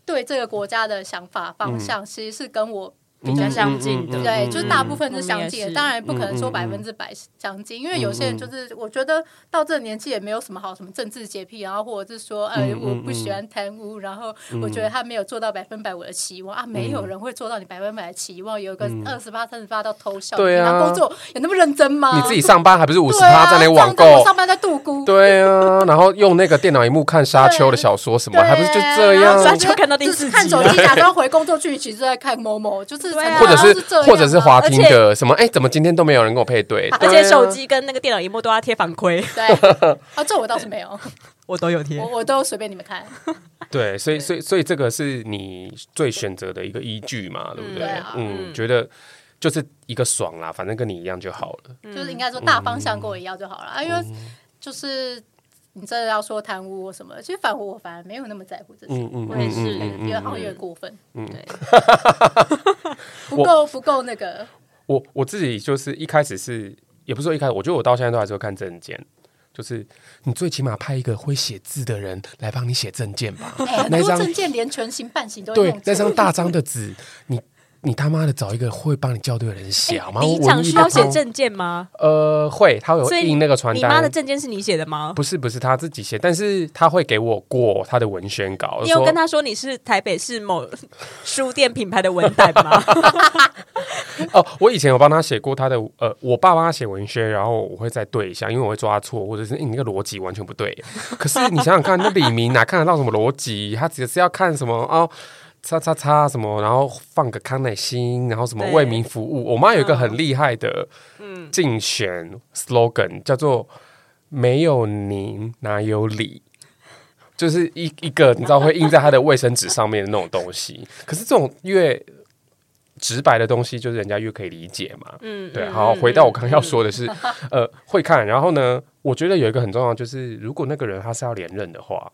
对这个国家的想法方向，其实是跟我比较相近的，对，就是嗯大部分是相我们也近是的，当然不可能嗯嗯说嗯百分之百相近，因为有些人就是我觉得到这年纪也没有什么好什么政治洁癖，然后或者是说，呃嗯，我嗯不喜欢贪污，然后我觉得他没有做到百分百我的期望嗯啊，没有人会做到你百分百的期望，有个二十八、三十八到偷笑，对啊你拿工作有那么认真吗？你自己上班还不是五十对啊趴在那网上班我购？上班在度孤，对啊，然后用那个电脑荧幕看沙丘的小说什么，对还不是就这然样后沙就？丘看到第四集就是看手了机，假装回工作去，其实就在看某某，就是对啊或者常常是这样啊或者是滑听的什么？哎，怎么今天都没有人跟我配对？而对且啊手机跟那个电脑荧幕都要贴反馈，对 啊，这我倒是没有，我都有贴我。我都随便你们看。对，所以所以所以这个是你最选择的一个依据嘛，对不对啊嗯，觉得就是一个爽啦，反正跟你一样就好了。就是应该说大方向跟我一样就好了，啊因为就是你真的要说贪污或什么，其实反而我反而没有那么在乎这些，嗯嗯我也是嗯嗯嗯嗯嗯觉得好像有点过分，对，不够不够那 个，我我自己就是一开始是，也不是说一开始，我觉得我到现在都还是会看证件。就是你最起码派一个会写字的人来帮你写证件吧哦哎，很那多张证件连全形半形都会对弄，那错。张大张的纸，你你他妈的找一个会帮你校对的人写好吗？里我长文哎艺需不要写通，证件吗？呃，会，他有所以印那个传你单。妈的证件是你写的吗？不是不是他自己写，但是他会给我过他的文宣稿。你有说跟他说你是台北市某书店品牌的文胆 吗？哦，我以前有帮他写过他的呃，我爸帮他写文宣，然后我会再对一下，因为我会抓错，或者是、诶你那个逻辑完全不对。可是你想想看，那李明哪看得到什么逻辑？他只是要看什么哦。叉叉叉什么，然后放个康乃馨，然后什么对为民服务。我妈有一个很厉害的竞选 slogan，、叫做“没有您哪有理”，就是一一个你知道会印在她的卫生纸上面的那种东西。可是这种越直白的东西，就是人家越可以理解嘛。嗯，对，啊嗯好，嗯回到我嗯刚刚要说的是，呃，会看，然后呢，我觉得有一个很重要，就是如果那个人他是要连任的话，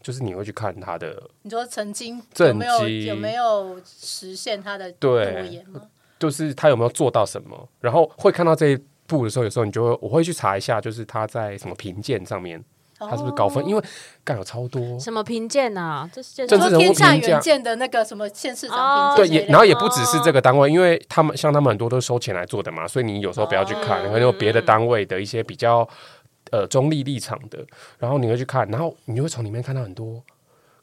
就是你会去看他的，你说曾经有政没有绩有没有实现他的诺对言吗？就是他有没有做到什么，然后会看到这一步的时候，有时候你就会我会去查一下，就是他在什么评鉴上面，他是不是高分，因为干有超多。哦什么评鉴啊？这是政你治说人物天下评价远见的那个什么县市哦长对，评鉴之也类的然后也不只是这个单位，因为他们像他们很多都是收钱来做的嘛，所以你有时候不要去看，哦然后有别的单位的一些比较呃中立立场的，然后你会去看，然后你就会从里面看到很多，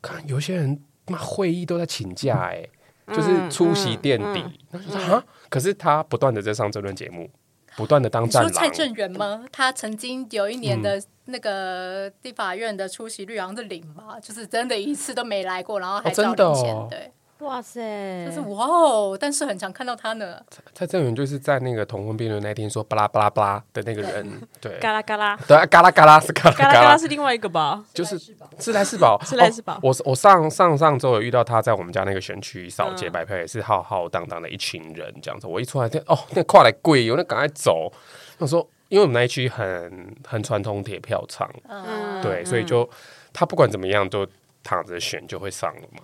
看有些人妈会议都在请假哎、就是出席垫底，然后就说啊，可是他不断的在上这论节目，不断的当你战说狼蔡，正元吗？他曾经有一年嗯的那个立法院的出席率好像是零吧，就是真的一次都没来过，然后还哦真照的零钱哦对，哇塞就是哇哦！但是很常看到他呢，蔡正元就是在那个同婚辩论那天说巴拉巴拉巴拉的那个人，对。嘎啦嘎啦对啊，嘎啦嘎啦是嘎 啦嘎啦嘎啦是另外一个吧？就是自来世宝， 自来世宝哦我我上上上周有遇到他在我们家那个选区扫嗯街摆票，也是浩浩荡荡的一群人这样子。我一出来就哦，那跨来跪，有那赶快走。我说，因为我们那一区很很传统铁票仓，嗯，对，所以就他不管怎么样都躺着选就会上了嘛。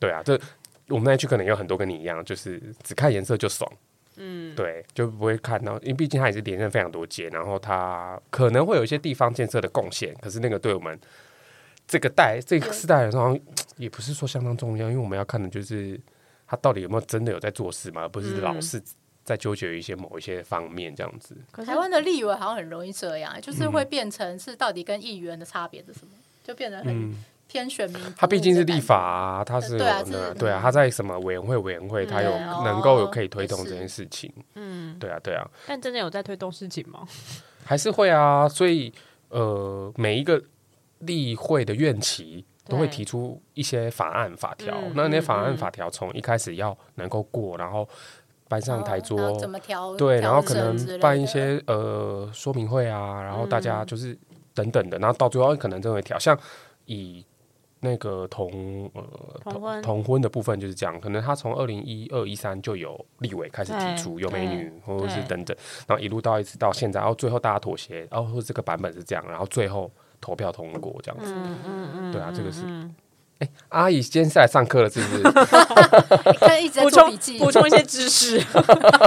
对啊，这我们那一区可能有很多跟你一样，就是只看颜色就爽。嗯，对，就不会看到，因为毕竟他也是连任非常多届，然后他可能会有一些地方建设的贡献，可是那个对我们这个代这个世代来说，好像也不是说相当重要，因为我们要看的就是他到底有没有真的有在做事嘛，而不嗯是老是在纠结于一些某一些方面这样子。可是台湾的立委好像很容易这样，就是嗯会变成是到底跟议员的差别是什么，就变得很偏选民服务的感觉。嗯他毕竟是立法、啊，他是有对啊那个是对啊，他在什么委员会委员会，他有对哦能够有可以推也动是这件事情。嗯，对啊，对啊，但真的有在推动事情吗？还是会啊。所以呃，每一个例会的院期都会对提出一些法案法条嗯，那那些嗯法案嗯法条从一开始要能够过，然后搬上台桌，哦然后怎么调对，然后调可整能之类办的一些呃说明会啊，然后大家就是等等的，然后到最后可能真的会调，像以那个同呃同婚同婚的部分就是这样，可能他从二零一二一三就有立委开始提出对有美女或者是对等等，然后一路到一直到现在，然后最后大家妥协，然后这个版本是这样，然后最后投票通过这样子，对啊，这个是。哎，阿姨今天是来上课了，是不是？ 看一直在补做充笔记，补充一些知 识，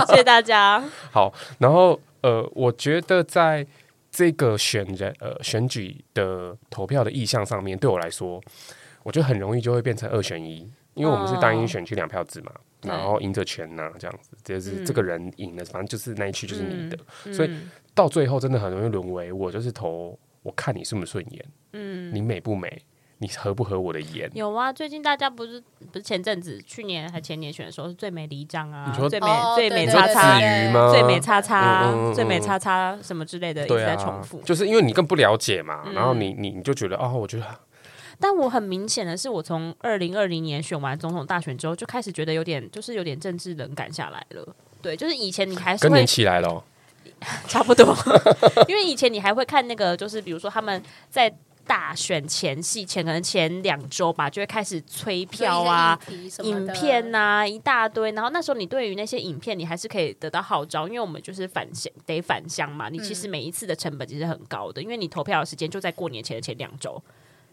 谢谢大家。好，然后呃，我觉得在这个选人呃选举的投票的意向上面，对我来说，我觉得很容易就会变成二选一，因为我们是单一选区两票制嘛。对然后赢者全拿、这样子，就是这个人赢了，反正就是那一区就是你的，所以嗯到最后真的很容易沦为我就是投，我看你顺不顺眼，嗯，你美不美，你合不合我的眼。有啊，最近大家不是不是前阵子去年还前年选的时候是最美离章啊你，说最美、哦最对美对叉对叉对，至于吗？最美叉叉、嗯嗯嗯嗯最美叉叉什么之类的，一直对在啊，重复。嗯就是因为你更不了解嘛，然后你你你就觉得哦，我觉得但我很明显的是，我从二零二零年选完总统大选之后，就开始觉得有点就是有点政治冷感下来了。对，就是以前你还是更会年期来了哦，差不多， 因为以前你还会看那个，就是比如说他们在大选前戏前，可能前两周吧，就会开始催票啊，所以一些议题什么影的啊片呐、一大堆。然后那时候你对于那些影片，你还是可以得到号召，因为我们就是返乡得返乡嘛。嗯你其实每一次的成本其实很高的，因为你投票的时间就在过年前的前两周。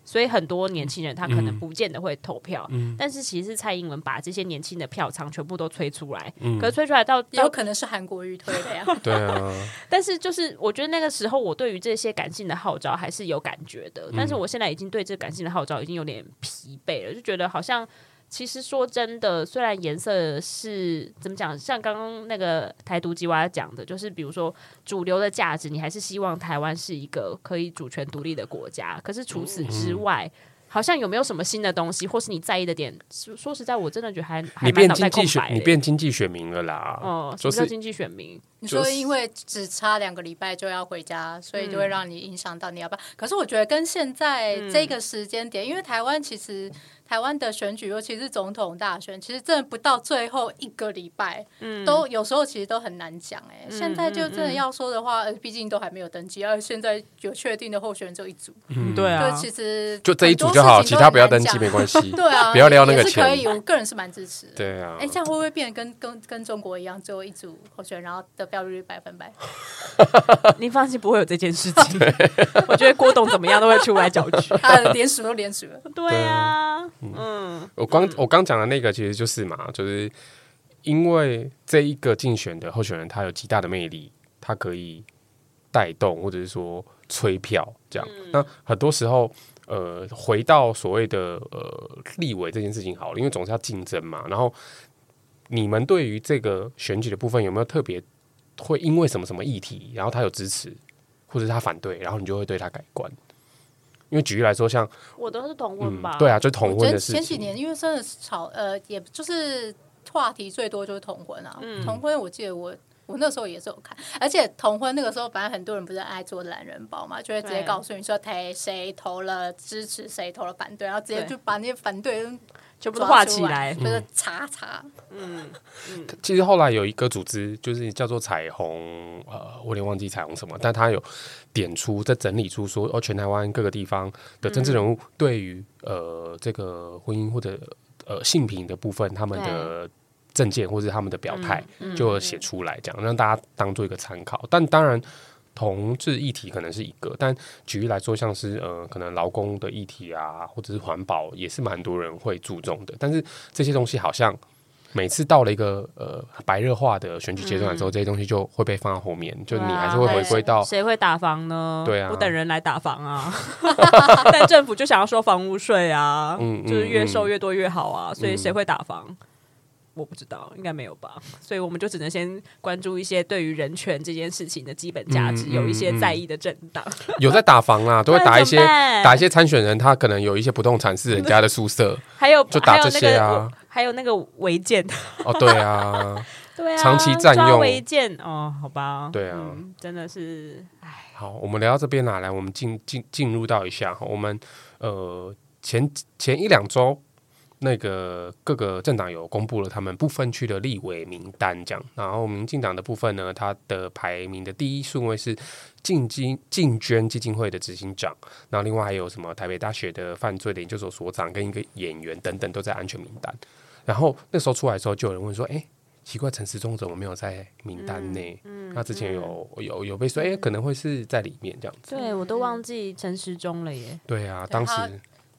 所以很多年轻人他可能不见得会投票，嗯但是其实蔡英文把这些年轻的票仓全部都催出来，嗯可是催出来到也有到，可能是韩国瑜推的呀。对啊，但是就是我觉得那个时候我对于这些感性的号召还是有感觉嗯的，但是我现在已经对这感性的号召已经有点疲惫了，就觉得好像其实说真的，虽然颜色是怎么讲，像刚刚那个台独吉娃讲的，就是比如说主流的价值，你还是希望台湾是一个可以主权独立的国家。可是除此之嗯外，好像有没有什么新的东西，或是你在意的点？说说实在，我真的觉得还还你蛮变脑袋经空济白选，的。你变经济选民了啦，哦，什就么叫是经济选民？你就说是嗯因为只差两个礼拜就要回家，所以就会让你影响到你要不要？可是我觉得跟现在这个时间点，因为台湾其实台湾的选举，尤其是总统大选，其实真的不到最后一个礼拜，嗯都有时候其实都很难讲。哎，现在就真的要说的话，呃毕竟都还没有登记，而现在有确定的候选人只有一组，对就其实嗯啊就这一组很就多好，事其情都他不要很登难记讲没 关系。对啊，不要撩那个也是可钱以，我个人是蛮支持的。对啊，哎，这样会不会变得跟跟跟中国一样，只有一组候选人，然后得票率百分 百？你放心，不会有这件事 情。 我觉得郭董怎么样都会出来搅局。他的联署都联署了， 对啊，嗯，我刚我刚讲的那个其实就是嘛，就是因为这一个竞选的候选人他有极大的魅力，他可以带动或者是说催票这样。嗯那很多时候，呃，回到所谓的呃立委这件事情好了，因为总是要竞争嘛。然后你们对于这个选举的部分有没有特别会因为什么什么议题，然后他有支持或者他反对，然后你就会对他改观？因为举例来说，像我都是同婚嗯吧？，对啊，就是同我觉婚得的事情。前几年因为真的是吵，呃，也就是话题最多就是同婚啊，嗯同婚我记得我。我那时候也是有看，而且同婚那个时候，反正很多人不是爱做懒人包嘛，就会直接对告诉你说，谁谁投了支持，谁投了反对，然后直接对就把那些反对全部都抓画出起来。嗯就是查查。其实后来有一个组织，就是叫做彩虹，呃，我有点忘记彩虹什么，但他有点出，在整理出说，哦，全台湾各个地方的政治人物对于、呃这个婚姻或者呃性平的部分，他们的政见或者他们的表态，就有写出来，这样让大家当做一个参考。但当然。同志议题可能是一个，但举例来说，像是呃，可能劳工的议题啊，或者是环保，也是蛮多人会注重的。但是这些东西好像每次到了一个呃白热化的选举阶段的时候，这些东西就会被放到后面，就你还是会回归到谁嗯啊会打房呢？哦对啊我等人来打房 啊。 但政府就想要收房屋税啊，嗯嗯就是越收越多越好啊，所以谁会打房？我不知道，应该没有吧，所以我们就只能先关注一些对于人权这件事情的基本价值，嗯嗯有一些在意的政党。嗯有在打房啦，都会打一些不然怎么办打一些参选人，他可能有一些不动产是人家的宿舍还有就打还有这那些个啊还有那个违建，哦，对啊，对啊，长期占抓用违建哦，好吧，对啊嗯真的是，唉，好，我们聊到这边啦，来，我们进进进入到一下，哈我们呃前前一两周。那个各个政党有公布了他们不分区的立委名单，这样。然后民进党的部分呢，它的排名的第一顺位是进金进捐基金会的执行长，然后另外还有什么台北大学的犯罪的研究所所长跟一个演员等等都在安全名单。然后那时候出来的时候，就有人问说：“哎、奇怪，陈时中怎么没有在名单内？”嗯他之前有有有被说，哎、可能会是在里面这样子。对我都忘记陈时中了耶。对啊，对当时他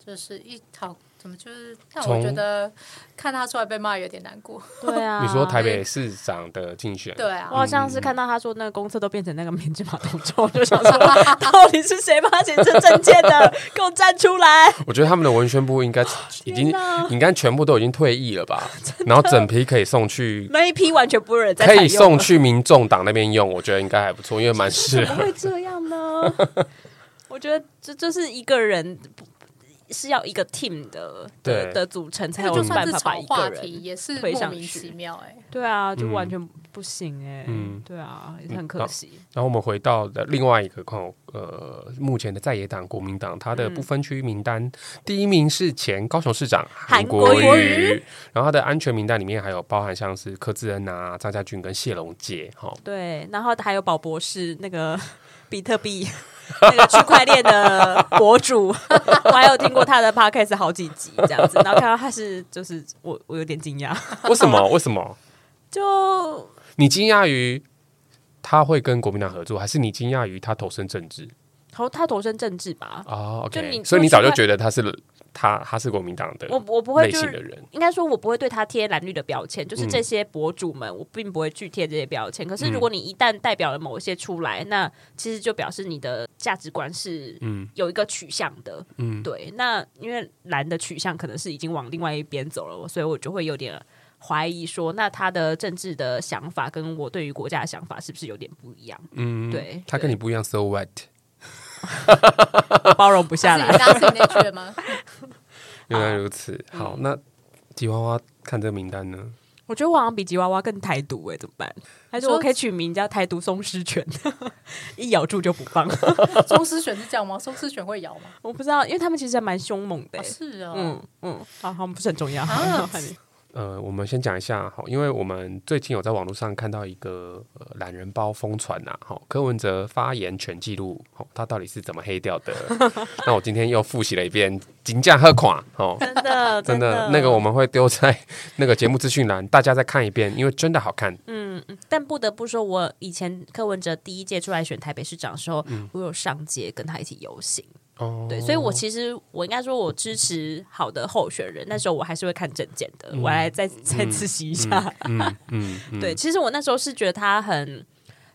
就是一好怎么就是让我觉从得看他出来被骂有点难过。 对啊，你说台北市长的竞选，对啊我，好像是看到他说那个公厕都变成那个棉织马桶之后，我 就想说啊到底是谁帮他写这证件 的？给我站出来！我觉得他们的文宣部 应该已经应该全部都已经退役了吧，然后整批可以送去，那一批完全不会有人 在可采用以送了，去民众党那边用，我觉得应该还不错，因为蛮适怎合么。会这样 呢？我觉得这就是一个人不是要一个 team 的的对的组成才这个有就算哎办法是把炒一话个题，人。也是推莫上名去其妙 哎、对啊，就嗯完全不行哎、嗯对啊，也是很嗯可啊惜。然后我们回到的另外一个况，呃，目前的在野党国民党，它的不分区名单、第一名是前高雄市长韩国国瑜，然后他的安全名单里面还有包含像是柯志恩啊、张家俊跟谢龙介，哈、对，然后还有宝博士那个 比特币那个区块链的博主， 我还有听过他的 podcast 好几集这样子，然后看到他是就是我我有点惊讶，为什么？为什么？就你惊讶于他会跟国民党合作，还是你惊讶于他投身政治？投他投身政治吧，哦就你，OK，所以你做早出就来觉得他是他他是国民党的我我不会类就型是的人，应该说，我不会对他贴蓝绿的标签，就是这些博主们，我并不会去贴这些标签。可是，如果你一旦代表了某一些出来，那其实就表示你的价值观是有一个取向的。嗯，对。那因为蓝的取向可能是已经往另外一边走了，所以我就会有点怀疑说，那他的政治的想法跟我对于国家的想法是不是有点不 一样？嗯，对，他跟你不一样，so what？对包容不下欸，来 是。大家自己内卷吗？ 原来如此。嗯好，那吉娃娃看这个名单呢？我觉得我好像比吉娃娃更台独哎、怎么办？还是我可以取名叫台独松狮犬， 一咬住就不放。松狮犬是这样吗？松狮犬会咬吗？我不知道，因为他们其实还蛮凶猛的、欸。啊是哦，嗯嗯，好，好，我们不是很重要。啊呃，我们先讲一下好，因为我们最近有在网络上看到一个呃懒人包疯传呐、好，柯文哲发言全记录，好，他到底是怎么黑掉的？ 那我今天又复习了一遍，金价喝垮，哦，真 的，真的，那个我们会丢在 那个节目资讯栏，大家再看一遍，因为真的好看。嗯但不得不说，我以前柯文哲第一届出来选台北市长的时候，嗯我有上街跟他一起游行。哦对，所以我其实我应该说，我支持好的候选人。那时候我还是会看证件的，我来再再自习一下。 嗯，嗯对，其实我那时候是觉得他很，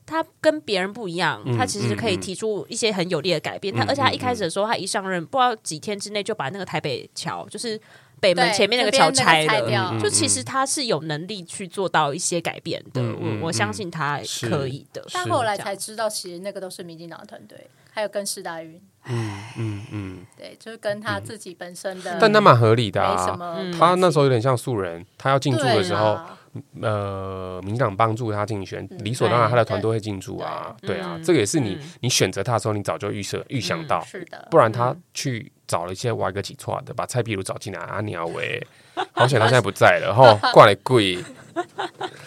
他跟别人不一样，嗯他其实可以提出一些很有力的改变。他而且他一开始的时候，他一上任，不知道几天之内就把那个台北桥，就是北门对前面那个那桥边那拆个拆了。掉嗯就其实他是有能力去做到一些改变的，嗯我我相信他是可以的。但后来才知道，其实那个都是民进党的团队，还有跟施大云，嗯嗯，对，就是跟他自己本身的，但那蛮合理的没什啊。么嗯关系。他那时候有点像素人，他要进驻的对时候，啦嗯呃，民进党帮助他竞选，理所当然他的团队会进驻啊，对对啊嗯，这个也是你你选择他的时候，你早就预设预想到，嗯是的，不然他嗯去找了一些歪个几错的，把蔡壁如找进来啊，鸟喂，好险他现在不在了吼，挂来贵。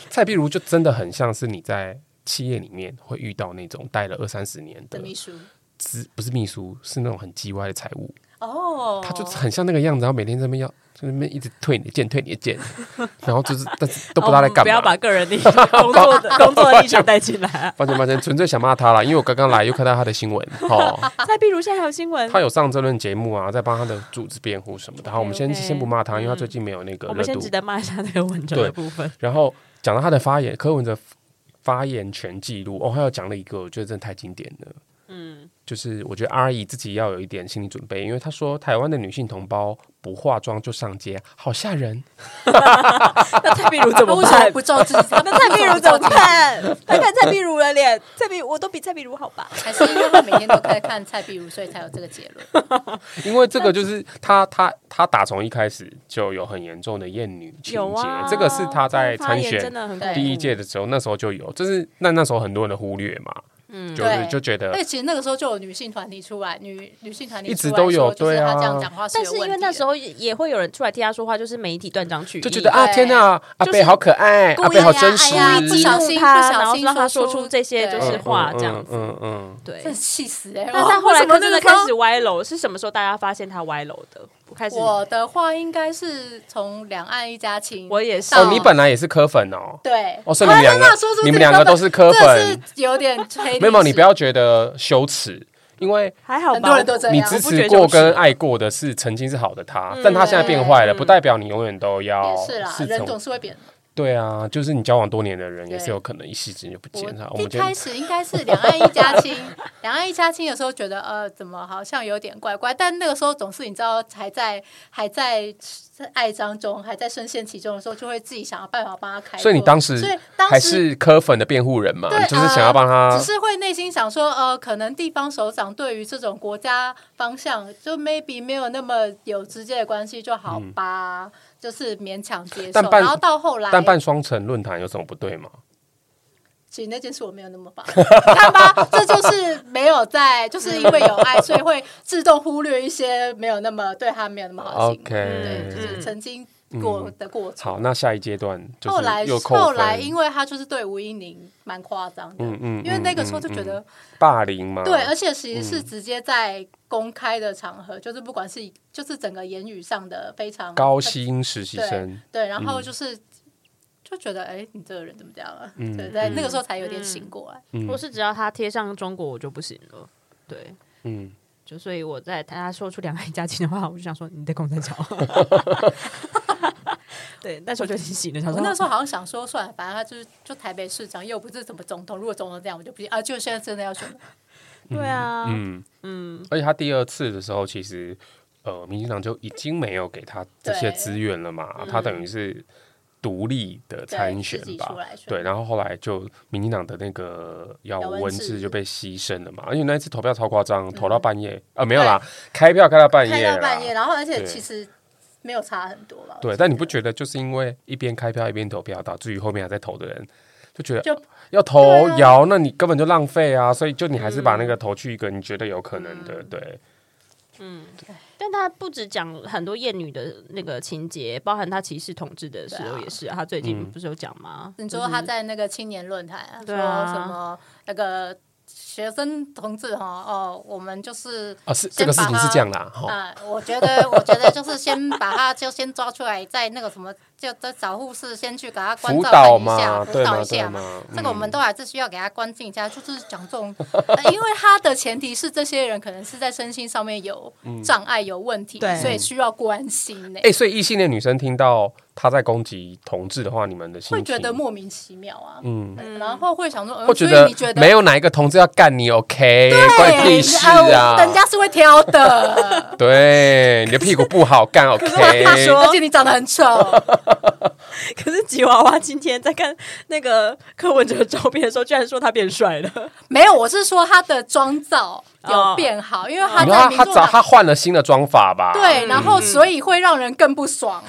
蔡壁如就真的很像是你在企业里面会遇到那种待了二三十年的的秘书资，不是秘书，是那种很叽歪的财务，哦，他就很像那个样子，然后每天在那边要在那边一直退你的件，退你的件，然后就是但是都不知道哦我在们干不要把嘛。个人 立工作的工作的立场带进来啊。抱歉抱歉，纯粹想骂他啦，因为我刚刚来又看到他的新闻，哦， 蔡壁如现在还有新闻，他有上这论节目啊，在帮他的组织辩护什么的。好，我们先 OK，OK 先不骂他，因为他最近没有那个嗯我热们先度值。得骂一下这个文章的对部分。然后讲到他的发言，柯文哲发言权记录，哦，他有讲了一个，我觉得真的太经典了。嗯，就是我觉得阿姨自己要有一点心理准备，因为她说台湾的女性同胞不化妆就上街，好吓人。那蔡壁如怎他么为什办么？不照自 己？他啊那蔡壁如怎么办？他看蔡壁如的脸，蔡壁我都比蔡壁如好 吧？还是因为他每天都在看蔡壁如，所以才有这个结论。因为这个就是他他他打从一开始就有很严重的厌女情节，有啊，这个是他在发参言选真的很恐怖对嗯第一届的时候，那时候就有，就是那那时候很多人的忽略嘛，嗯，就是对就觉得而且其实那个时候就有女性团体出来，女女性团体一直出来都有说就是对啊他这样讲话但有是问题因为那时候也也会有人出来替他说话，就是媒体断章取义，就觉得啊对天哪，就阿是贝好可爱，故阿意贝好呀真实，哎呀故激意怒啊不他，小心然后让他说说出出这些就对是嗯话嗯这样子。嗯嗯对，真的气死哎、欸！但哇但后来为什么他那真个的时候开始歪楼，是什么时候大家发现他歪楼的？我开始，我的话应该是从两岸一家亲，我也是嗯，哦，你本来也是科粉哦，对，哦，所以你们两他个啊那说出自己你们两个都是科这粉，是有点黑历史。没有，你不要觉得羞耻，因为还好吧？很多人都这样你啊我支不觉持得就过是跟爱过的是曾经是好的他，但他现在变坏了，不代表你永远都要嗯也是啦，是人从总是会变的。对啊，就是你交往多年的人也是对有可能一夕之间就不我见他。我一们今开天始应该是两岸一家亲，两岸一家亲的时候觉得呃，怎么好像有点怪怪，但那个时候总是你知道还在还在爱当中，还在深陷其中的时候，就会自己想要办法帮他开脱。所以你当时所以当时还是啊柯粉的辩护人嘛，对呃你就是想要帮他只。是会内心想说，呃，可能地方首长对于这种国家方向，就 maybe 没有那么有直接的关系，就好吧，就是勉强接受。嗯但办然后到后来，但办双城论坛有什么不对吗？其实那件事我没有那么 棒，你看吧，这就是没有在，就是因为有爱，所以会自动忽略一些没有那么对他没有那么好的行为 OK 对，就是曾经过的过程。好，那下一阶段就后来是又扣分后来，因为他就是对吴依宁蛮夸张的，嗯嗯嗯因为那个时候就觉得、霸凌嘛，对，而且其实是直接在公开的场合，就是不管是就是整个言语上的非常高嗯薪实习生，对，然后就是。就觉得哎、你这个人怎么这样啊？嗯对，在那个时候才有点醒过来。我是只要他贴上中国，我就不行了。对，嗯，就所以我在他说出两岸一家亲的话，我就想说你在公山桥。对，那时候就已经醒了，想我说哦那时候好像想说，算了，反正他就是就台北市长，又不是怎么总统。如果总统这样，我就不信啊！就现在真的要选了，对啊，嗯嗯，而且他第二次的时候，其实呃，民进党就已经没有给他这些对嗯资源了嘛，他等于是独立的参对选自己吧出来，选对，然后后来就民进党的那个姚姚文文智智就被牺牲了嘛，而且那一次投票超夸张，投到半夜啊，没有啦，开票开到半嗯开夜到啦，半夜，然后而且对其实没有差很多吧？我对，觉但你得不觉得就是因为一边开票一边投票，导致于后面还在投的人就觉得就要投对啊嗯摇，那你根本就浪费啊！所以就你还是把那个投去一个你觉得有可能的，对，但他不止讲很多艳女的那个情节，包含他歧视统治的时候对啊嗯也是、啊，他最近不是有讲吗？你说他在那个青年论坛、啊、对啊说什么那个学生同志哈哦，我们就是啊，是先这个事情把它是这样啦，哈，啊、我觉得 我觉得就是先把他就先抓出来，在那个什么就在找护士先去给他关辅照看导一下，嘛，辅对导嘛，一对下嘛。嘛，嗯这个我们都还是需要给他关进一下，就是讲这种、呃因为他的前提是这些人可能是在身心上面有障碍、有问题，对所以需要关心呢、哎，所以异性恋女生听到他在攻击同志的话，你们的心会觉得情，莫名其妙啊，嗯，对然后会想说，呃会所觉以得你觉得哎没有哪一个同志要干你，OK，关屁事啊，我，人家是会挑的 对，你的屁股不 好干，OK，说而且你长得很丑，可是吉娃娃今天在看那个柯文哲的照片的时候，居然说他变帅了。没有，我是说他的妆造有变好，因为他你在看他民他众找党他换了新的妆法吧？嗯对，然后所以会让人更不爽。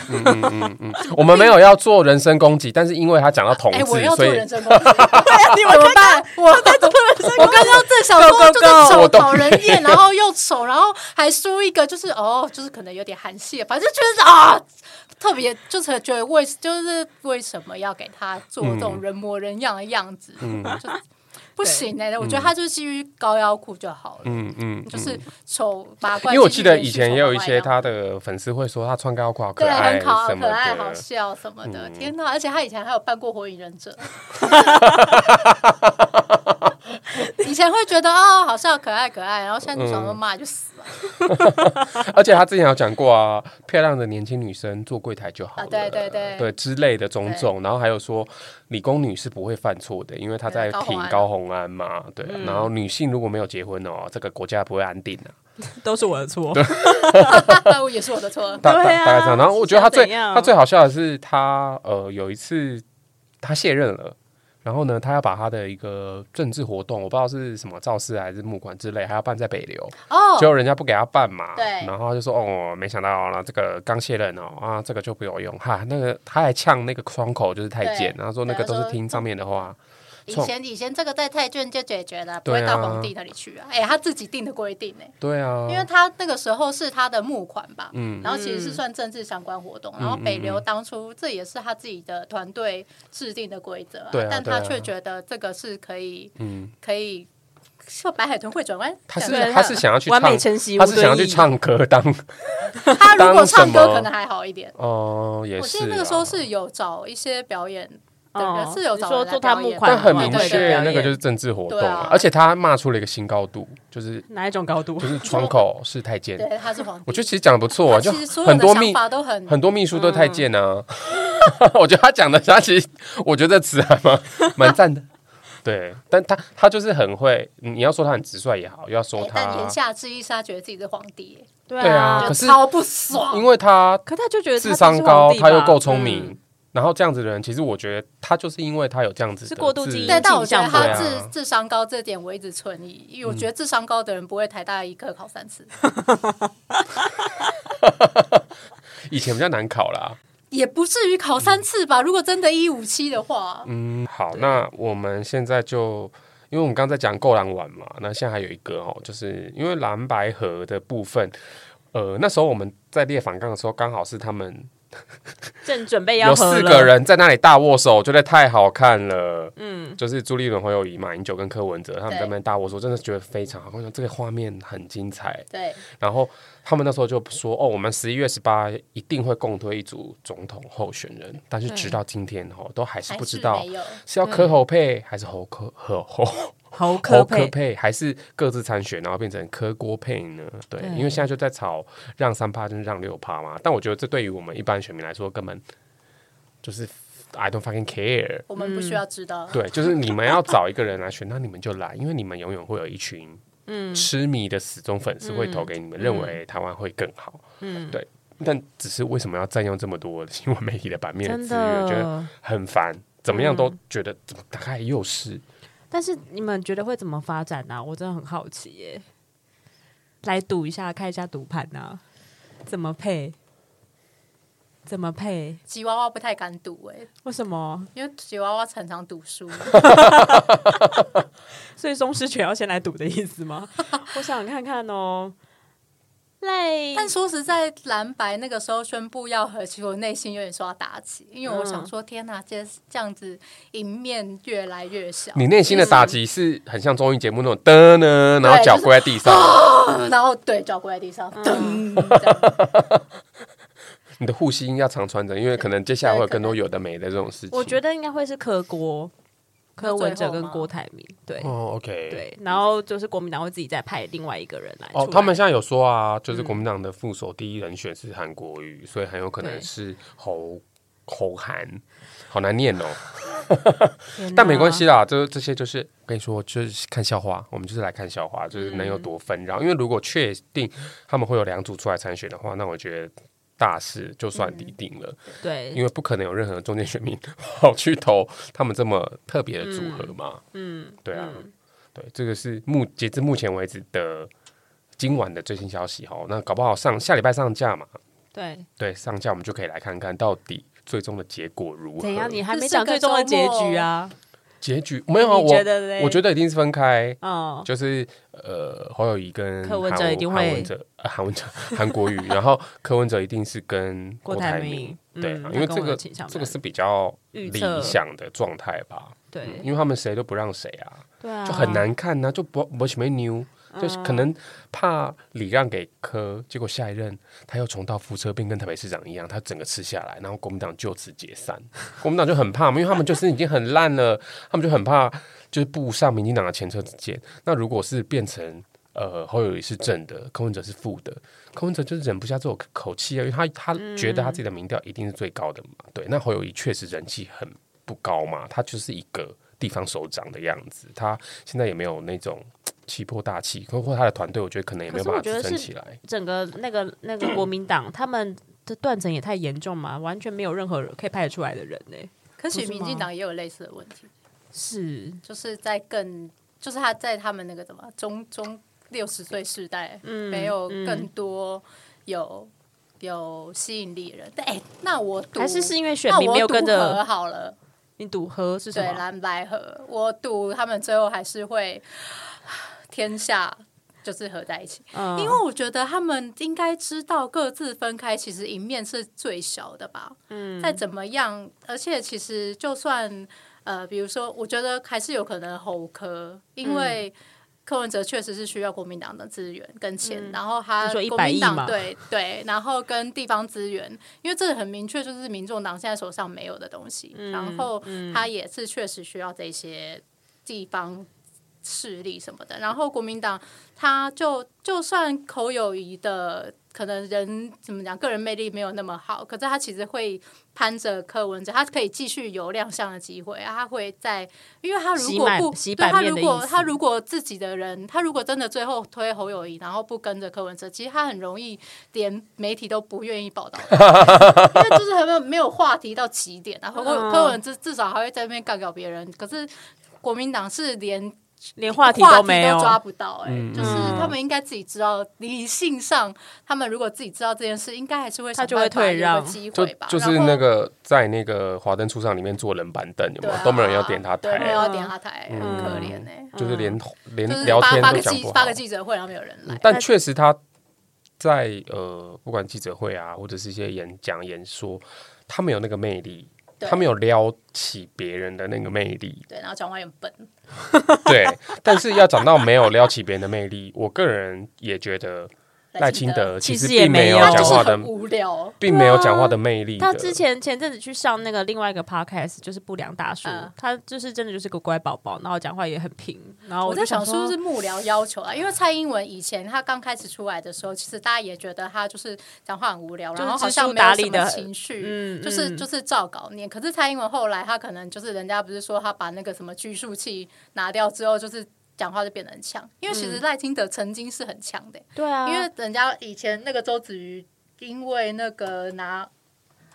我们没有要做人身攻击，但是因为他讲到同哎，我志，要所做以人身攻击， 哎你怎么办？我我刚刚正想说，就 Go, go, 是 go 丑讨人厌，然后又丑，然后还输一个，就是哦，就是可能有点韩系，反正就是啊。特别就是觉得为就是为什么要给他做这嗯种人模人样的样子，就不行哎、我觉得他就是基于高腰裤就好了，嗯嗯，就是丑八因怪。为我记得继续以延续丑前也有一八怪些样子他的粉丝会说他穿高裤好可对，爱很可什好么可爱、好的，嗯笑什么的。天哪！而且他以前还有办过《火影忍者》，以前会觉得哦，好笑、可爱、可爱，然后现在就想嗯说骂就死了、而且他之前有讲过啊，漂亮的年轻女生做柜台就好了，啊对对对对之类的种种，然后还有说理工女是不会犯错的，因为她在嗯高挺虹安嗯高红安嘛，对啊，然后女性如果没有结婚哦，这个国家不会安定啊，都是我的错，我 也是我的错。大大对啊大概这样。然后我觉得他最想怎样他最好笑的是他呃有一次他卸任了。然后呢，他要把他的一个政治活动，我不知道是什么造势还是募款之类，还要办在北流，哦结，果人家不给他办嘛。对然后他就说：“哦，没想到啊，这个刚卸任哦，啊，这个就不有用哈。”那个他还呛那个窗口就是太监，对然后说那个对都他是说听上面的话。以前以前这个在太卷就解决了，不对会啊到皇帝那里去啊。哎、他自己定的规定呢、对啊，因为他那个时候是他的募款吧，嗯然后其实是算政治相关活动，然后北流当初这也是他自己的团队制定的规则、啊对啊但对啊他却觉得这个是可以，嗯可以说白海豚会转弯，他是这样对他是想要去唱，完美他晨曦，是想要去唱歌当他如果唱当什歌么可能还好一点。哦，也我是记啊。得那个时候是有找一些表演的人哦是有你找说人来做他表演募款但管很嘛明对对确表那个演就是政治活动对啊啊，而且他骂出了一个新高度，就是哪一种高度就？是窗口是太监。对，他是皇帝。我觉得其实讲的不错啊，他就其实所有很的多想秘法都很很多秘书都太监啊。 我觉得他讲的，他其实我觉得这词还蛮蛮赞的。对，但他他就是很会，你要说他很直率也好，又要说哎他，但言下之意是他觉得自己是皇帝耶，对对啊啊就可是超不爽。因为他可他就觉得他智商高，他又够聪嗯明，然后这样子的人，其实我觉得他就是因为他有这样子是的过度自记忆对，但我觉得他对啊智智商高这点我一直存疑，因为我嗯觉得智商高的人不会台大一科考三次，以前比较难考啦。也不至于考三次吧？如果真的一五七的话，嗯，好，那我们现在就，因为我们刚才讲够狼丸嘛，那现在还有一个哦，就是因为蓝白河的部分，呃，那时候我们在列反杠的时候，刚好是他们正准备要有喝四了个，人在那里大握手，觉得太好看了。嗯，就是朱立伦、侯友谊、马英九跟柯文哲他们在那边大握手，真的觉得非常好看，这个画面很精彩。对，然后他们那时候就说：“哦，我们十一月十八一定会共推一组总统候选人。”但是直到今天哦，都还是还不知是道没有。是要柯侯配还是侯柯侯侯好侯可柯佩，配，还是各自参选，然后变成柯郭配呢？对，对因为现在就在吵让三趴就是让六趴嘛。但我觉得这对于我们一般选民来说，根本就是 I don't fucking care。我们不需要知道。嗯对，就是你们要找一个人来啊选，那你们就来，因为你们永远会有一群痴迷的死忠粉丝会投给你们，认为台湾会更好。嗯，对。但只是为什么要占用这么多新闻媒体的版面的真资源？我觉得的。很烦，怎么样都嗯觉得怎么大概又是但是你们觉得会怎么发展呢、啊？我真的很好奇耶、来赌一下，看一下赌盘啊，怎么配？怎么配？吉娃娃不太敢赌哎、为什么？因为吉娃娃常常赌 输，所以宗师犬要先来赌的意思吗？ 我想看看哦。赖，但说实在，蓝白那个时候宣布要和，其实我内心有点受到打击，因为我嗯想说，天哪、这这样子赢面越来越小。你内心的打击是很像综艺节目那种噔呢，然后脚跪在地上，啊然后对，脚跪在地上，嗯噔，这样你的护心音要常穿着，因为可能接下来会有更多有的没的这种事情。我觉得应该会是柯郭、柯文哲跟郭台铭，对哦，OK，对，然后就是国民党会自己再派另外一个人来出来。嗯哦，他们现在有说啊，就是国民党的副手第一人选是韩国瑜，所以很有可能对是侯侯韩，好难念哦。天哪但没关系，啦，这这些就是我跟你说，就是看笑话，我们就是来看笑话，就是能嗯有多纷扰。因为如果确定他们会有两组出来参选的话，那我觉得大事就算底定了，嗯对，因为不可能有任何中间选民 跑去投他们这么特别的组合嘛。嗯，对啊，对，这个是目截至目前为止的今晚的最新消息哦。那搞不好上下礼拜上架嘛，对，对，上架我们就可以来看看到底最终的结果如何。怎样？你还这没是讲个最终的周结末局啊？结局没有啊？你觉我得嘞我觉得一定是分开。哦，就是呃，侯友谊跟柯文韩哲一定韩会文哲、呃韩文哲、韩国瑜，然后柯文哲一定是跟郭郭台台铭铭，嗯对啊，他因为跟这我的个倾向比这较个是比较预理测想的状态吧，嗯因对，为他们谁都不让谁啊，对啊，就很。难看呐、就不不什么牛，就是可能怕礼让给柯，结果下一任他又重蹈覆辙，变跟台北市长一样，他整个吃下来，然后国民党就此解散。国民党就很怕嘛，因为他们就是已经很烂了，他们就很怕就是步上民进党的前车之鉴。那如果是变成呃侯友谊是正的，柯文哲是负的，柯文哲就是忍不下这种口气啊，因为他他觉得他自己的民调一定是最高的嘛。对，那侯友谊确实人气很不高嘛，他就是一个地方首长的样子，他现在也没有那种嘖气魄大气，包括他的团队，我觉得可能也没有可办是法我觉得支撑是起来。整个那个那个国民党， 他们的断层也太严重嘛，完全没有任何人可以派得出来的人呢、可许不是民吗进党也有类似的问题，是，就是在更，就是他在他们那个什么中中六十岁世代，嗯没有更多有、有吸引力的人。哎、那我赌还是是因为选那民没有我跟赌和着好了，你赌和是什对么？蓝白合，我赌他们最后还是会 天下就是合在一起。嗯，因为我觉得他们应该知道各自分开，其实赢面是最小的吧。嗯，再怎么样，而且其实嗯就算呃，比如说，我觉得还是有可能侯科，因为、柯文哲确实是需要国民党的资源跟钱，嗯然后就他说100国民亿嘛党对对，然后跟地方资源，因为这很明确就是民众党现在手上没有的东西，嗯然后他也是确实需要这些地方势力什么的。然后国民党他就就算口有谊的，可能人怎么讲，个人魅力没有那么好，可是他其实会攀着柯文哲，他可以继续有亮相的机会，啊他会在，因为他如洗果满不洗对版他面如的意果思他如果自己的人，他如果真的最后推侯友谊，然后不跟着柯文哲，其实他很容易连媒体都不愿意报道他，因为就是很没有没有话题到极点啊。然后嗯柯文哲至少还会在那边干掉别人，可是国民党是连连话题话都题没有都，抓不到、哎、嗯就是他们应该自己知道，理性上，他们如果自己知道这件事，应该还是会他想就会办法退有让个机就会吧。就是然后那个在那个华灯初上里面坐冷板凳，有没对有啊都没有人要点他对，没有台，人要点他台，很可怜哎、就是连连就是聊发天发都个讲不记好。嗯发个记者会，然后没有人来。但确实他在呃，不管记者会啊，或者是一些演讲、演说，他们有那个魅力，对，他们有撩起别人的那个魅力 对，然后讲话也很笨，对。但是要讲到没有撩起别人的魅力，我个人也觉得赖清德其其实实也并没没有有他讲啊就是话的很，无聊。并没有讲话的魅力的。他之前前阵子去上那个另外一个 podcast，就是不良大叔，嗯他就是真的就是个乖宝宝，然后讲话也很平，然后我就在想想是不是幕僚要求啊？因为蔡英文以前她刚开始出来的时候，其实大家也觉得她就是讲话很无聊，就是然后好知像书没有达理什的么情绪，嗯就是嗯就是照稿念。可是蔡英文后来她可能就是人家不是说她把那个什么拘束器拿掉之后，就是讲话就变得很强，因为其嗯实赖清德曾经是很强的、对啊，因为人家以前那个周子瑜，因为那个拿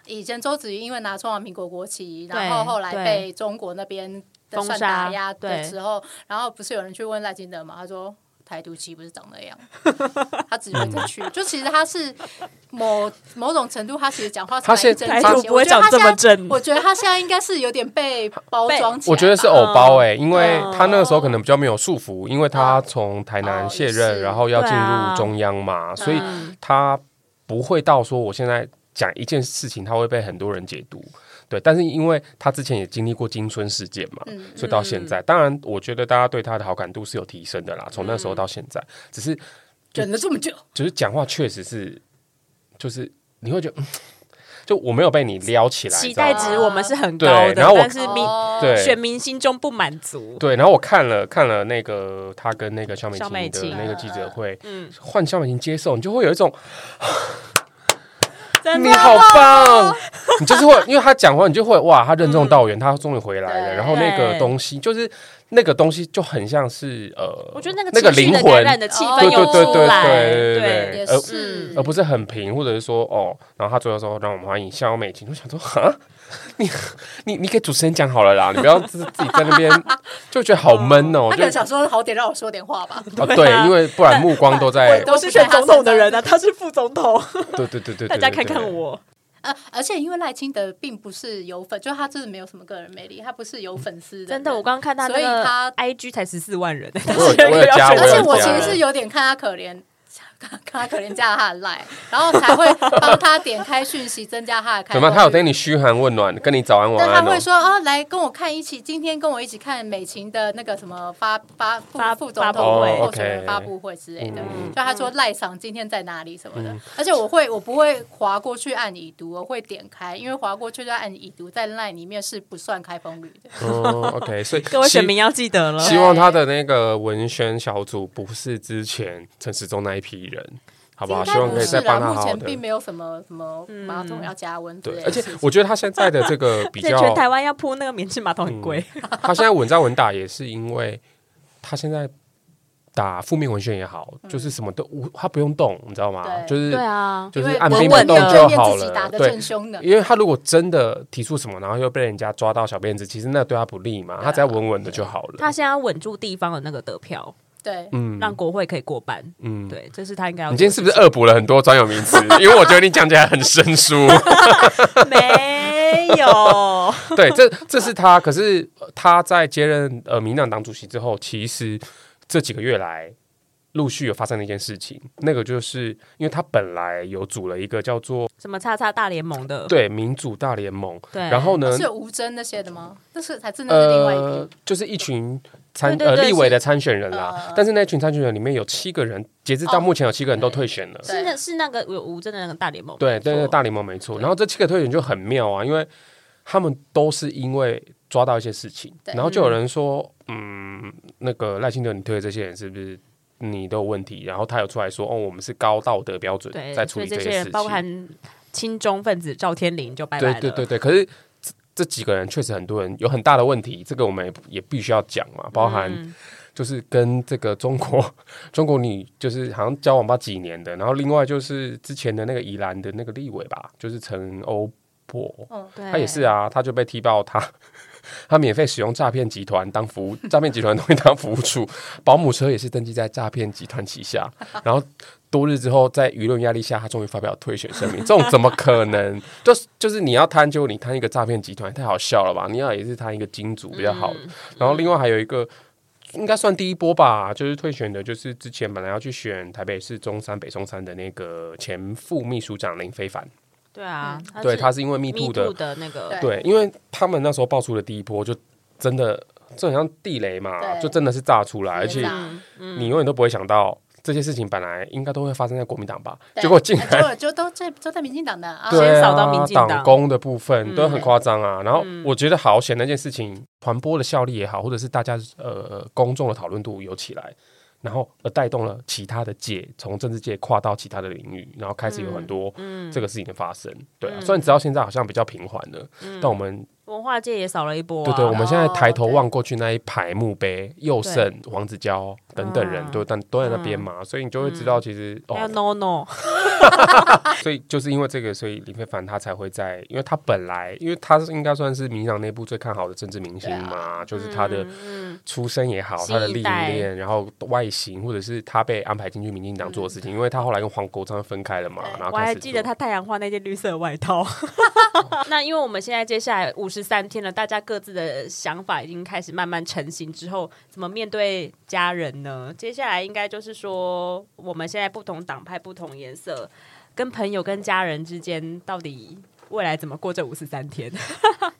以前周子瑜因为拿中华民国国旗，对然后后来对被中国那边的封算杀打压对的时候，然后不是有人去问赖清德嘛？他说。台独旗不是长 那样，他只会这去，就其实他是某某种程度，他其实讲话是他现蛮正台常独的不会我觉得长他这么现在正我觉得他现在应该是有点被包被装起来吧。我觉得是哦偶包哎、因为嗯他那个时候可能比较没有束缚，因为他从台南哦卸是任，然后要进对啊入中央嘛，所以嗯他不会到说我现在讲一件事情，他会被很多人解读。对，但是因为他之前也经历过金孙事件嘛，嗯所以到现在，当然我觉得大家对他的好感度是有提升的啦，从那时候到现在，嗯只是忍了这么久，只是讲话确实是，就是你会觉得，嗯就我没有被你撩起来，期你知道待吗值我们是很高对的，然后我但是民、哦对选民心中不满足，对，然后我看了看了那个他跟那个肖美萧美琴琴的那个记者会，嗯换肖美琴接受，你就会有一种真你的好哦棒， 你就是会，因为他讲话，你就会哇，他任重道远，他终于回来了。对然后那个嗯对东西，就是那个东西就很像是呃，我觉得那个那个情绪灵的感魂染的气氛对很又对有对出对来，对对对也对，而是，而不是很平，或者是说哦，然后他最后说让我们欢迎肖美琴，我想说哈，你你你给主持人讲好了啦，你不要自自己 在那边就觉得好闷哦，他可就能想说好歹让我说点话吧。哦，对啊对，因为不然目光都在，我是选总统的人啊，他是副总统， 对对对 对，对大家看看。我，呃，而且因为赖清德并不是有粉，就是他真的没有什么个人魅力，他不是有粉丝的人。真的，我刚刚看他那所以个他 IG 才十四万人，对对对我有我有加，而且有我其加实是有点看他可怜。看他可怜加了他的赖，然后才会帮他点开讯息，增加他的开。怎么样？他有对？你嘘寒问暖，跟你早安晚但他安哦会。说哦，来跟我看一起，今天跟我一起看美琴的那个什么发发副发副总发布统会或什么哦 OK 发布会之类的。嗯就他说赖赏今天在哪里什么的，而且我会我不会划过去按已读，我会点开，因为划过去再按已读，在赖里面是不算开封率的。 哦，OK，所以各位希选民要记得了，希望他的那个文宣小组不是之前陈时中那一批 人，好不好？应希该望不可以是再帮啦，他目好好前的。并没有什么什么嗯马桶要加温之类对，的。而且我觉得他现在的这个 比在较，嗯全台湾要铺那个免治马桶很贵，他现在稳扎稳打，也是因为他现在打负面文宣也好，就是什么都无，他不用动，你知道吗？对就是啊，就是因为按兵不稳稳动地就正面好自己了打。得对正，凶的。因为他如果真的提出什么，然后又被人家抓到小辫子，其实那对他不利嘛。他只要稳稳的就好了。他现在要稳住地方的那个得票，对，嗯让国会可以过半，嗯，对，这是他应该要你今天是不是恶补了很多专有名词？因为我觉得你讲起来很生疏。没 有，对，这这是他。可是呃他在接任呃民进党党主席之后，其实这几个月来，陆续有发生的一件事情，那个就是因为他本来有组了一个叫做什么叉叉大联盟的，对民主大联盟，呃对然后呢是，有吴征那些的吗？那是才真的是另外一批呃，就是一群参对对对呃立是嗯委的参选人啦，但是那群参选人里面有七个人，截哦至到目前有七个人都退选了。是那是那个有吴镇的那个大联盟，对没对错对，大联盟没错。然后这七个推选就很妙啊，因为他们都是因为抓到一些事情，对然后就有人说，嗯，那个赖清德你推的这些人是不是你都有问题？然后他有出来说，哦，我们是高道德标准对，在处所以理这些些事人包情。含亲中分子赵天麟就拜拜对了，对对对，可是这这几个人确实很多人有很大的问题，这个我们也也必须要讲嘛，包含嗯就是跟这个中国中国女就是好像交往吧几年的，然后另外就是之前的那个宜兰的那个立委吧，就是陈欧珀，对，他也是啊，他就被踢爆他。 他免费使用诈骗集团当服务，诈骗集团东西当服务处，保姆车也是登记在诈骗集团旗 下。然后多日之后，在舆论压力下，他终于发表退选声明。这种怎么可能？就是就是你要贪，就你贪一个诈骗集团，太好笑了吧？你要也是贪一个金主比较好。嗯然后另外还有一个，应该算第一波吧，就是退选的，就是之前本来要去选台北市中山北松山的那个前副秘书长林非凡，对啊，对他是是因为密 Me 度 Too 的的那个，对对，因为他们那时候爆出的第一波，就真的这很像地雷嘛，对就真的是炸出来，而直接且炸嗯你永远都不会想到这些事情本来应该都会发生在国民党吧，对结果竟结然。果就都在都在民进党的啊，对先啊扫到民进，党党工的部分都很夸张啊。然后我觉得好险那件事情传播的效力也好，或者是大家呃公众的讨论度有起来，然后而带动了其他的界，从政治界跨到其他的领域，然后开始有很多这个事情的发生。对啊，虽然直到现在好像比较平缓了，但我们文化界也少了一波、啊，对对，我们现在哦抬头对望过去那一排墓碑，佑胜、黄子佼等等人嗯都但都在那边嘛，所以你就会知道其实还有哦， No No，所以就是因为这个，所以林非凡他才会在，因为他本来因为他是应该算是民进党内部最看好的政治明星嘛，啊就是他的嗯出身也好，新他的一历代练，然后外形，或者是他被安排进去民进党做的事情，因为他后来跟黄国昌分开了嘛，然后嗯我开还始记做得他太阳花那件绿色外 套。那因为我们现在接下来五十三天了，大家各自的想法已经开始慢慢成型之后，怎么面对家人呢？接下来应该就是说，我们现在不同党派、不同颜色，跟朋友、跟家人之间到底。未来怎么过这五十三 天？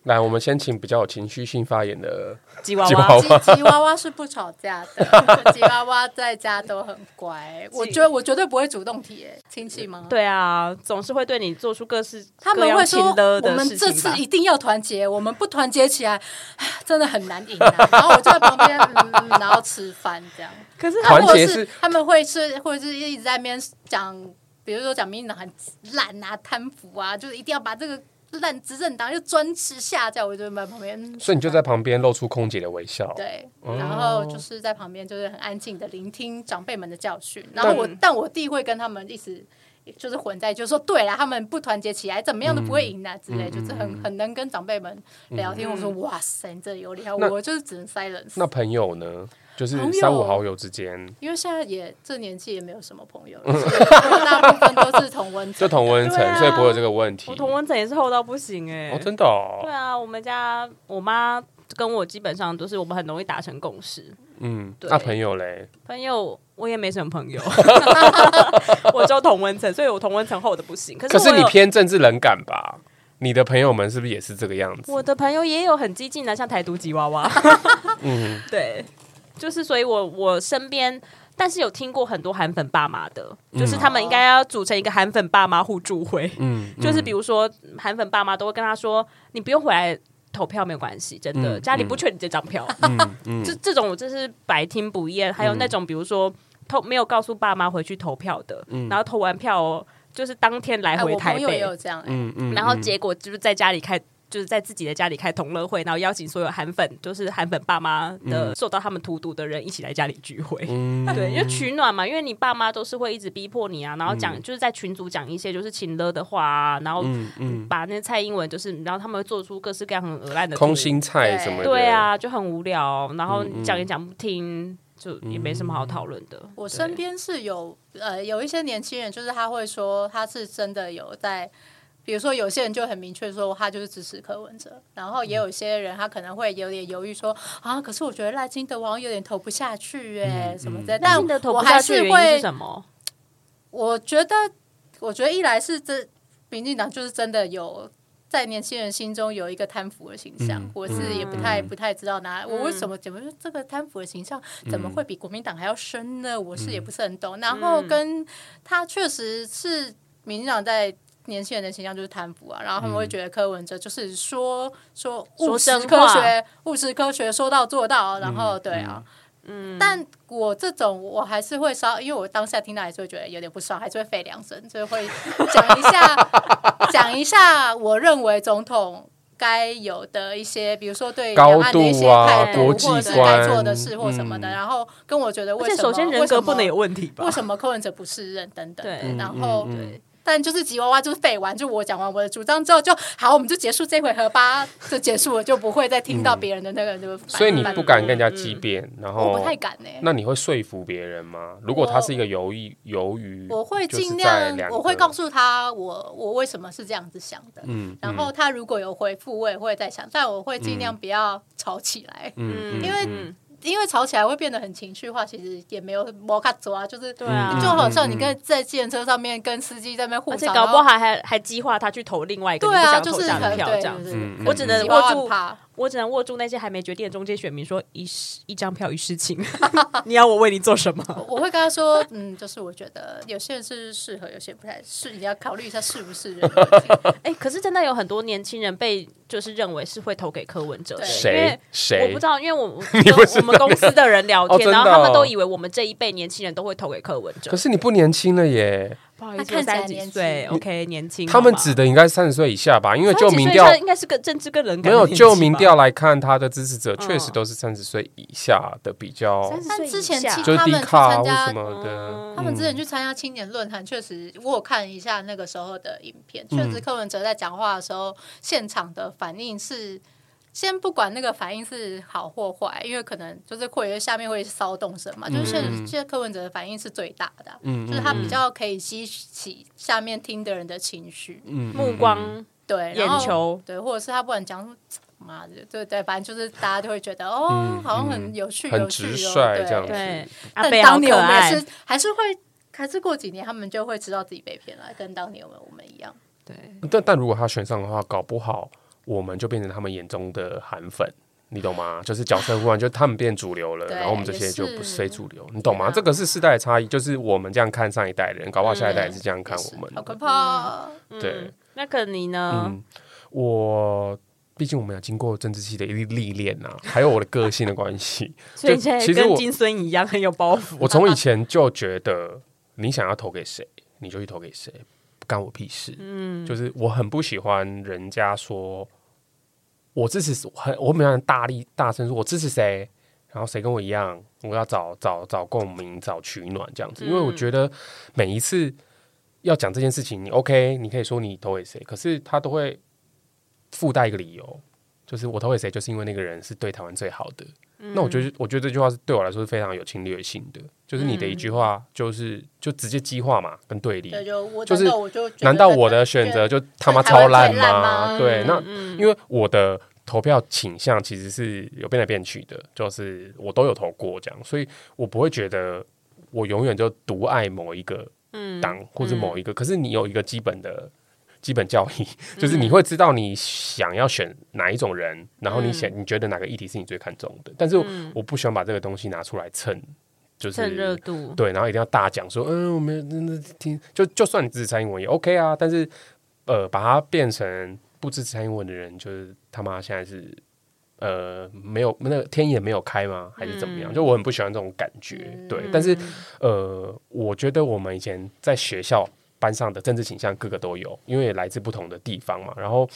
来，我们先请比较有情绪性发言的吉娃吉娃娃娃 吉吉娃娃是不吵架的，吉 娃娃在家都很乖。我觉得我绝对不会主动提诶，亲戚吗？对啊，总是会对你做出各式他各们样会说亲勒我的们事这情吧次一定要团结，我们不团结起来，唉真的很难赢、啊。然后我就在旁边，嗯，嗯然后吃饭这样。可是团啊或结者是他们会是，或者是一直在那边讲，比如说讲民进党很烂啊、贪腐啊，就是一定要把这个烂执政党又专制下架。我就在旁边，嗯所以你就哦在旁边露出空姐的微笑。对，然后就是在旁边就是很安静的聆听长辈们的教训。然后我，但我弟会跟他们一直。就是混在，就是说，对啦，他们不团结起来，怎么样都不会赢的、嗯之类，就是很很能跟长辈们聊天。我说，哇塞，你这有厉害，那我就是只能 silence。那朋友呢？就是朋友三五好友之间，因为现在也这年纪也没有什么朋友了，所以大部分都是同温就层。同温层，对啊所以不会有这个问题。我同温层也是厚到不行哎、哦，真的哦对，啊，我们家我妈跟我基本上都是我们很容易达成共识。嗯，对那朋友嘞，朋友，我也没什么朋 友，我只有同温层，所以我同温层厚的不行。可是可是我你有偏政治冷感吧？你的朋友们是不是也是这个样子？我的朋友也有很激进的，像台独吉娃娃。 嗯， 对，就是所以我我身边，但是有听过很多韩粉爸妈的，就是他们应该要组成一个韩粉爸妈互助会。嗯，嗯就是比如说韩粉爸妈都会跟他说，你不用回来投票没有关系，真的、嗯家里不缺你这张票。嗯嗯 这这种我真是百听不厌。还有那种比如说偷没有告诉爸妈回去投票的，嗯然后投完票哦，就是当天来哎，回我台朋友也北，有这样、哎嗯嗯然后结果就是在家里开。就是在自己的家里开同乐会，然后邀请所有韩粉，就是韩粉爸妈的、受到他们荼毒的人一起来家里聚会。嗯 对，因为取暖嘛，因为你爸妈都是会一直逼迫你啊，然后讲、就是在群组讲一些就是情勒的话啊，然后嗯嗯，把那蔡英文就是，然后他们会做出各式各样很恶烂的空图心菜什么的，嗯对，啊，就很无聊，然后讲也讲不听，就也没什么好讨论的。我对身边是有呃有一些年轻人，就是他会说他是真的有在比如说有些人就很明确说他就是支持柯文哲，然后也有嗯些人他可能会有点犹豫说啊，可是我觉得赖清德我好像有点投不下去耶、嗯什么之嗯类的。赖但清德投我不下还去的是原因会是什么？我觉得，我觉得一来是这民进党就是真的有在年轻人心中有一个贪腐的形象，嗯我是也不太、嗯不太知道哪，我为什么怎么这个贪腐的形象怎嗯么会比国民党还要深呢？我是也不是很懂。然后跟他确实是民进党在。年轻人的形象就是贪腐啊，然后他们会觉得柯文哲就是说说务实说真科话学，务实科学说到做到，嗯然后对啊，但我这种我还是会稍，因为我当下听到还是会觉得有点不爽，还是会吠两声，所以会讲一 下，讲一下我认为总统该有的一些，比如说对高两岸的一些度啊态度，国际或者是观该做的事或什么的，嗯然后跟我觉得而为且什么，首先人格不能有为问题什么吧为？什么柯文哲不是人等等的，对然后。嗯嗯嗯对但就是吉娃娃，就是废完，就我讲完我的主张之后就好，我们就结束这回合吧，就结束了，就不会再听到别人的那个那个反。所以你反不敢跟人家激辩，嗯然后我不太敢欸呢、那你会说服别人吗？如果他是一个犹豫犹豫，我会就是尽在量两，个我会告诉他我我为什么是这样子想的。嗯，然后他如果有回复，我也会在想，但我会尽量不要吵起来，嗯，嗯因为嗯因为吵起来会变得很情绪化，其实也没有摩卡走啊，就是对啊就好嗯像你跟在计程车上面跟司机在那边互而且吵，搞不然后好还还激化他去投另外一个你对不啊，想就投是下的很票对这样对子。对嗯对我只能吉娃娃握住很怕我只能握住那些还没决定的中间选民说一事一张票一事情， 你要我为你做什么？ 我会跟他说，嗯，就是我觉得有些人是适合，有些不太适，你要考虑一下是不是人的问题。哎、可是真的有很多年轻人被就是认为是会投给柯文哲的，对因为谁谁我不知道，因 为我我你跟不知我们公司的人聊哦天，真的然后他们哦都以为我们这一辈年轻人都会投给柯文哲可。是你不年轻了耶，不好意思，他我看起来三十几岁年，OK，年轻。他们好吧指的应该三十岁以下吧？因为就30岁民调应该是个政治更冷没感。有就民，调来看，他的支持者嗯确实都是三十岁以下的比较， 30岁但之前以下其就是他低们去卡啊参或加什么的。他们之前去参加青年论坛，确实我有看一下那个时候的影片，确嗯实柯文哲在讲话的时候，现场的反应是。先不管那个反应是好或坏，因为可能就是会有下面会骚动声嘛，就是现现在柯文哲的反应是最大的啊、嗯就是他比较可以激起下面听的人的情绪，嗯目光对，眼然后球对，或者是他不管讲妈的，对对，反正就是大家就会觉 得哦，好像很有趣，嗯很有趣直哦率对这样子对阿但贝好当年可我们爱也是，还是会，还是过几年他们就会知道自己被骗了，跟当年我们我们一样。对，嗯但但如果他选上的话，搞不好我们就变成他们眼中的韩粉，你 懂吗？就是角色忽然就他们变主流了，对然后我们这些就不也是是非主流，你懂吗？对啊这个是世代的差异，就是我们这样看上一代的人，搞不好下一代也是这样看嗯也是我们好可的。怕嗯哦、对，那可你呢？嗯，我。毕竟我们有经过政治系的历历练呐、还有我的个性的关系，所以就现在其实跟我金孙一样很有包 袱。我从以前就觉得，你想要投给谁，你就去投给谁，不干我屁事。嗯，就是我很不喜欢人家说我支持，很我没有大力大声说我支持谁，然后谁跟我一样，我要找找找共鸣，找取暖这样子。因为我觉得每一次要讲这件事情，你 OK，你可以说你投给谁，可是他都会附带一个理由，就是我投给谁，就是因为那个人是对台湾最好的。嗯那我觉得，我觉得这句话是对我来说是非常有侵略性的，就是你的一句话，就是就直接激化嘛，跟对立。嗯对，就我就是难道我就觉得难道我这的个选择对就他妈台湾超烂最烂吗对，那嗯因为我的投票倾向其实是有变来变去的，就是我都有投过这样，所以我不会觉得我永远就独爱某一个嗯党或者某一个。可是你有一个基本的 基本教义，就是你会知道你想要选哪一种人，然后你想你觉得哪个议题是你最看重的。但是我不喜欢把这个东西拿出来蹭，就是趁热度，对，然后一定要大讲说，嗯，我们真的听，就就算你支持蔡英文也 OK 啊，但是呃，把它变成不支持蔡英文的人，就是他妈现在是呃没有那个天也没有开吗？还是怎么样？就我很不喜欢这种感觉，对，但是呃，我觉得我们以前在学校。班上的政治倾向各个都有，因为来自不同的地方嘛。然后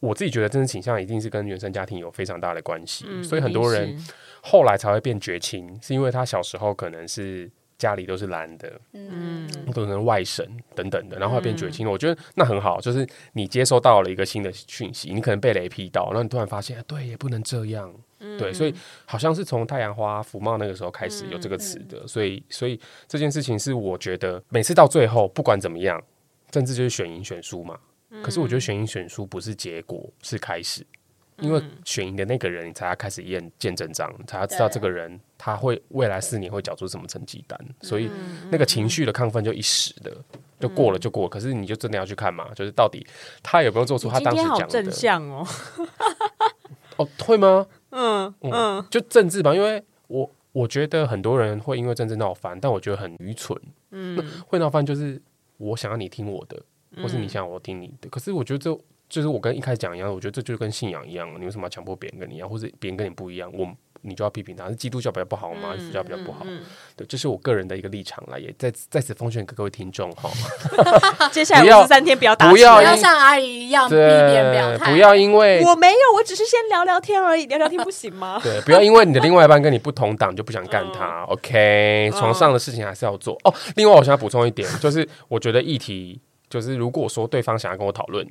我自己觉得政治倾向一定是跟原生家庭有非常大的关系，嗯所以很多人一定是后来才会变绝情，是因为他小时候可能是家里都是蓝的，嗯，可能外省等等的，然后后来变绝情了。我觉得那很好，就是你接收到了一个新的讯息，你可能被雷劈到，然后你突然发现，哎对，也不能这样。对，所以好像是从太阳花福茂那个时候开始有这个词的，所以所以这件事情是我觉得每次到最后不管怎么样，政治就是选赢选输嘛。可是我觉得选赢选输不是结果，是开始。因为选赢的那个人，你才要开始验见真章，你才要知道这个人他会未来四年会缴出什么成绩单，所嗯以那个情绪的亢奋就一时的，就过了就过了。可是你就真的要去看嘛，就是到底他有没有做出你他今当时天好讲正的？向 哦，哦，会吗？ 嗯嗯就政治吧，因为我我觉得很多人会因为政治闹翻，但我觉得很愚蠢。嗯，会闹翻就是我想要你听我的，或是你想要我听你的。可是我觉得这就是我跟一开始讲一样，我觉得这就跟信仰一样，啊你为什么要强迫别人跟你一样，或是别人跟你不一样，我你就要批评他？是基督教比较不好吗？基督教比较不嗯好？对，这是我个人的一个立场啦，也在在此奉劝各位听众哈，接下不来要五十三天不要打不起来不要要像阿姨一样避免表对，态，不要因为？我没有，我只是先聊聊天而已，聊聊天不行吗 对，不要因为你的另外一半跟你不同党就不想干他。OK，床嗯上的事情还是要做哦。另外，我想要补充 一点，就是我觉得议题，就是如果说对方想要跟我讨论，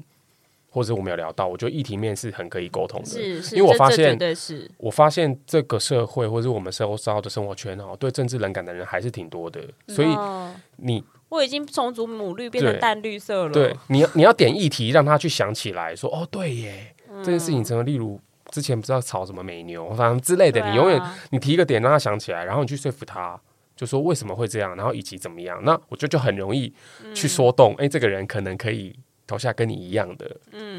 或者我们有聊到，我觉得议题面是很可以沟通的。是是，因为我这发这现绝对是，我发现这个社会或者我们周遭的生活圈哦，对政治冷感的人还是挺多的。嗯所以哦你我已经从祖母绿变成对淡绿色了，对，你要你要点议题，让他去想起来说，哦，对耶，嗯这件事情怎么？例如之前不知道炒什么美牛，反正之类的，对啊你永远你提一个点让他想起来，然后你去说服他，就说为什么会这样，然后以及怎么样，那我觉得就很容易嗯去说动，哎、这个人可能可以投下跟你一样的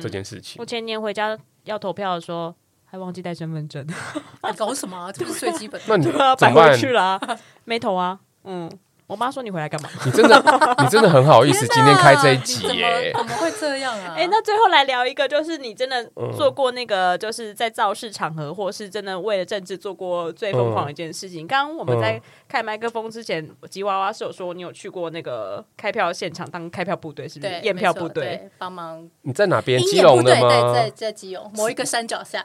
这件事情嗯我。前年回家要投票的时候，还忘记带身份证，你搞什么啊、这不是最基本的。那你怎摆么回办？去了啊、 没投啊。嗯，我妈说你回来干嘛？你真的，你真的很 好意思，今天开这一集怎么耶。怎么会这样啊？哎、那最后来聊一个，就是你真的嗯做过那个，就是在造势场合，或是真的为了政治做过最疯狂的一件事嗯情。刚刚我们在开麦克风之前，吉娃娃是有说你有去过那个开票现场当开票部队，是不是对？验票没错部队。对帮忙你在哪边？鹰基眼部隆的队在在吗？在基隆某一个山脚 下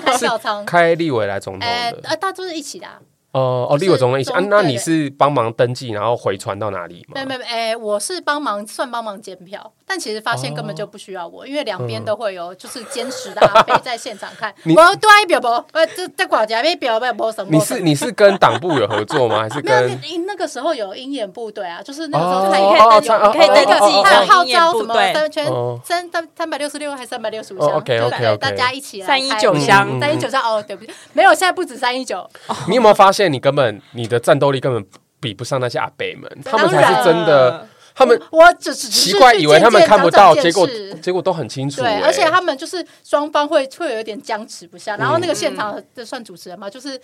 开票仓，开立委来总统哎的。啊，大家都是一起的啊。哦哦，就是立委总统一起啊？中那对你是帮忙登记，然后回传到哪里吗？没没没，哎，我是帮忙算帮忙监票，但其实发现根本哦就不需要我，因为两边都会有就是监视的 阿飞在现场看。嗯你我对表不，呃，这这管家被表不不什么。你是你是跟党部有合作 吗？还是没有跟？那那个时候有鹰眼部队啊，就是那个时哦候那他你也可以哦登哦哦记，你可以登那个记他有当号鹰眼召部什么队。三圈哦三三三百六十六还是三百六十五哦箱？ ，OK，对 OK，对 OK 大家一起来319开箱嗯嗯嗯三一九箱哦，对不起，没有，现在不止三一九，你有没有发现你根本你的战斗力根本比不上那些阿北们？他们当才然是真的，他们我只只只奇是怪，去以为见他们见看不长长到，见结果识结果都很清楚欸。对，而且他们就是双方会会有一点僵持不下，然后那嗯个现场的算主持人嘛，就是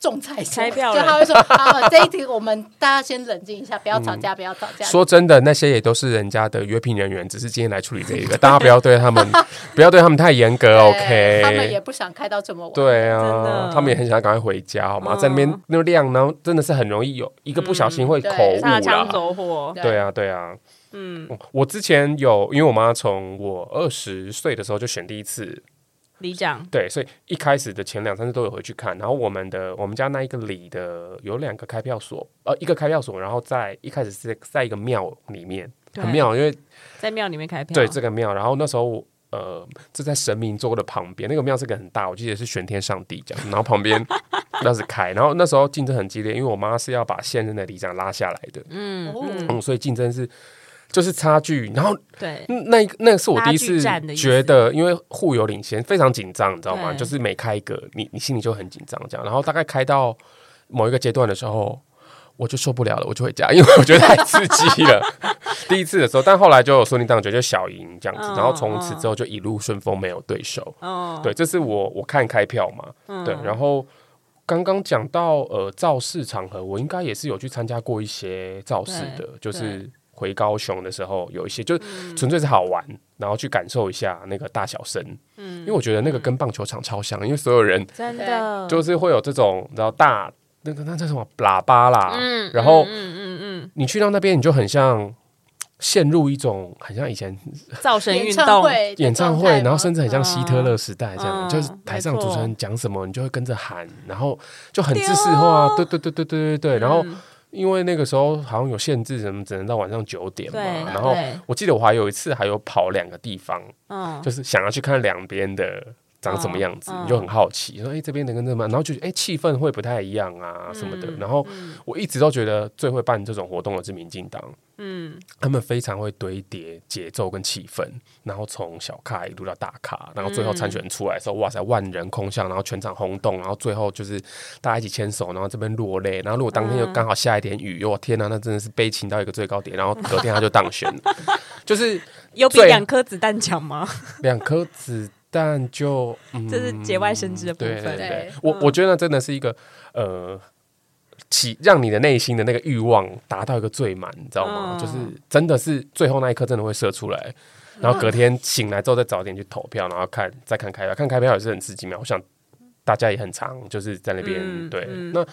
仲裁者嗯开票就人他会说啊，这一题我们大家先冷静一下，不要吵架，不要吵架。嗯说真的，那些也都是人家的约聘人员，只是今天来处理这 一个，大家不要对他们不要对他们太严格对，OK？他们也不想开到这么晚。哦对真啊的，嗯他们也很想要赶快回家，好吗？在那边那亮，然后真的是很容易有一个不小心会口误擦枪啦。走火，对啊，对啊，嗯，我之前有，因为我妈从我二十岁的时候就选第一次，里长对，所以一开始的前两三次都有回去看。然后我们的我们家那一个里的有两个开票所，呃，一个开票所，然后在一开始是在一个庙里面，很对妙，因为在庙里面开票，对这个庙。然后那时候我呃，这在神明桌的旁边，那个庙是个很大，我记得是玄天上帝这样。然后旁边 那是开，然后那时候竞争很激烈，因为我妈是要把现任的里长拉下来的，哦，嗯，所以竞争是就是差距。然后对嗯那那是我第一拉次锯战的意思觉得，因为互有领先，非常紧张，你知道吗？对就是每开一个，你你心里就很紧张这样。然后大概开到某一个阶段的时候，我就受不了了，我就回家， 因为我觉得太刺激了。 第一次的时候，但后来就有顺利当局，就小赢这样子。嗯然后从此之后就一路顺风，没有对手。哦，对，这是我我看开票嘛，对，然后。刚刚讲到呃造势场合，我应该也是有去参加过一些造势的，就是回高雄的时候有一些，就纯粹是好玩，然后去感受一下那个大小声，嗯，因为我觉得那个跟棒球场超像，因为所有人真的就是会有这种然后大那个那叫什么喇叭啦，嗯，然后嗯嗯嗯，你去到那边你就很像陷入一种很像以前造神演运唱动，会的演唱会状态，吗然后甚至很像希特勒时代这样，嗯就是嗯台上没主错持人讲什么，你就会跟着喊，然后就很自式化，对对对对对对嗯对，然后。因为那个时候好像有限制，什么只能到晚上九点嘛。对然后对我记得我还有一次还有跑两个地方，嗯，就是想要去看两边的长什么样子，嗯嗯你就很好奇，说哎、这边能跟这边，然后就哎气氛会不太一样啊什么的。嗯然后我一直都觉得最会办这种活动的是民进党，嗯，他们非常会堆叠节奏跟气氛，然后从小咖一路到大咖，然后最后参选出来的时候，哇塞，万人空巷，然后全场轰动，然后最后就是大家一起牵手，然后这边落泪，然后如果当天又刚好下一点雨，我、天呐，啊那真的是悲情到一个最高点，然后隔天他就当选了，就是有比最两颗子弹强吗？两颗子弹就，嗯，这是节外生枝的部对对分。对对，我我觉得真的是一个呃。起让你的内心的那个欲望达到一个最满，你知道吗？嗯就是真的是最后那一刻真的会射出来，然后隔天醒来之后再早点去投票，然后看再看开票，看开票也是很刺激嘛。我想大家也很长，就是在那边、嗯对。嗯那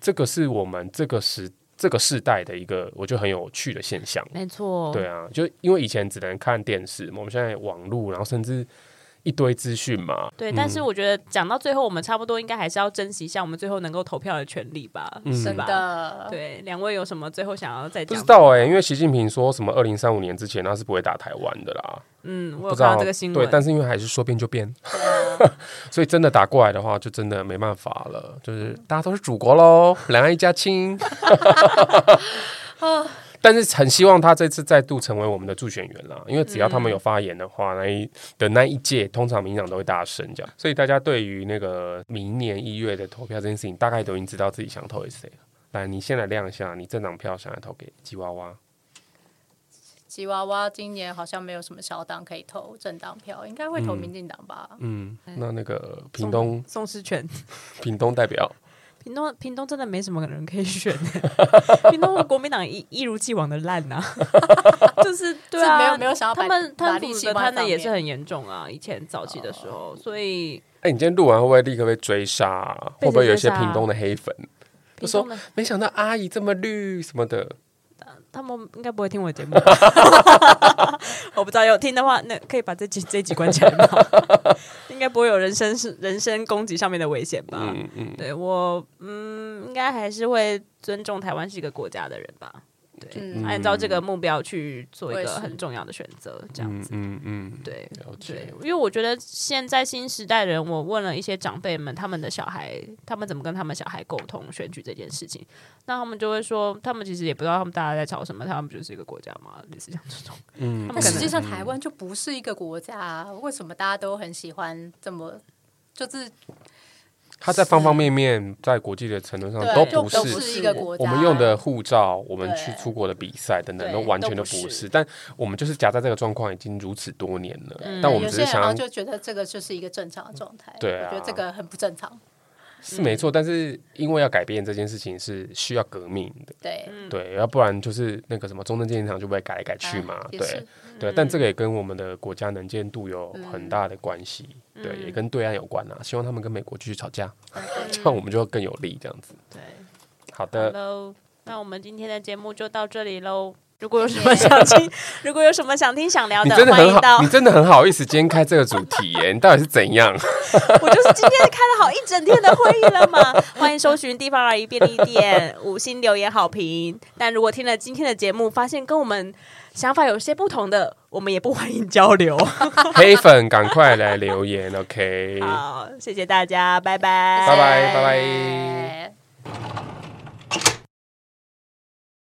这个是我们这个时这个世代的一个我觉得很有趣的现象。没错，对啊，就因为以前只能看电视，我们现在网络，然后甚至一堆资讯嘛。对嗯但是我觉得讲到最后，我们差不多应该还是要珍惜一下我们最后能够投票的权利吧，是真嗯吧？的，对，两位有什么最后想要再嗯不讲？知，道哎、因为习近平说什么二零三五年之前他是不会打台湾的啦，嗯，我不有知看道到这个新闻，对，但是因为还是说变就变，对啊 所以真的打过来的话，就真的没办法了，就是大家都是祖国喽，两岸一家亲。 但是很希望他这次再度成为我们的助选员啦，因为只要他们有发言的话，那一的那一届通常民进党都会大声这样，所以大家对于那个明年一月的投票这件事情，大概都已经知道自己想投给谁了。来，你先来亮一下，你政党票想要投给吉娃娃，吉娃娃今年好像没有什么小党可以投政党票，应该会投嗯民进党吧？嗯，那那个宋屏东宋诗权，屏东代表，屏东屏东真的没什么人可以选、 屏东的国民党一一如既往的烂呐、 就是对啊，是没有没有想要他摆们把贪力腐气的放在贪的上也是面很严重啊，以前早期的时哦候，所以哎、你今天录完会不会立刻被追杀啊、被会不会有一谁追些杀啊屏东的黑粉？屏就说东的没想到阿姨这么绿什么的，他们应该不会听我节目吧， 我不知道有听的话，那可以把这集这集关起来吗？应该不会有人身是人身攻击上面的危险吧？嗯嗯，对我，嗯，应该还是会尊重台湾是一个国家的人吧。对，嗯按照这个目标去做我一也个是很重要的选择，这样子。嗯嗯，对了对解，，因为我觉得现在新时代的人，我问了一些长辈们，他们的小孩，他们怎么跟他们小孩沟通选举这件事情，那他们就会说，他们其实也不知道他们大家在吵什么，他们不就是一个国家嘛，类似这样这种。嗯他但们可实际能上，台湾就不是一个国家、啊，为什么大家都很喜欢这么？就是他在方方面面，在国际的程度上对哦都就不都是不是一个国我家们用的护照，我们对去出国的比赛等等，对都完全都都不不是。是但我们就是夹在这个状况已经如此多年了，嗯但我们有只些人是好想要像就觉得这个就是一个正常的状态，对啊我觉得这个很不正常。是没错，但是因为要改变这件事情是需要革命的，对，对，要不然就是那个什么中正纪念堂就被改来改去嘛，啊也对是对，但嗯这个也跟我们的国家能见度有很大的关系，对，嗯也跟对岸有关啊。希望他们跟美国继续吵架，这样我们就更有利这样子。嗯对好好的，喽，那我们今天的节目就到这里喽。如果有什么想听，如果有什么想听想聊你的，真的欢很迎到好，你真的很好意思今天开这个主题耶，你到底是怎样？ 我就是今天开了好一整天的会议了嘛。 欢迎搜寻地方阿姨便利店，五星留言好评。但如果听了今天的节目，发现跟我们想法有些不同的，我们也不欢迎交 流。黑粉赶快来留言，OK？好，谢谢大家，拜拜，拜拜拜拜。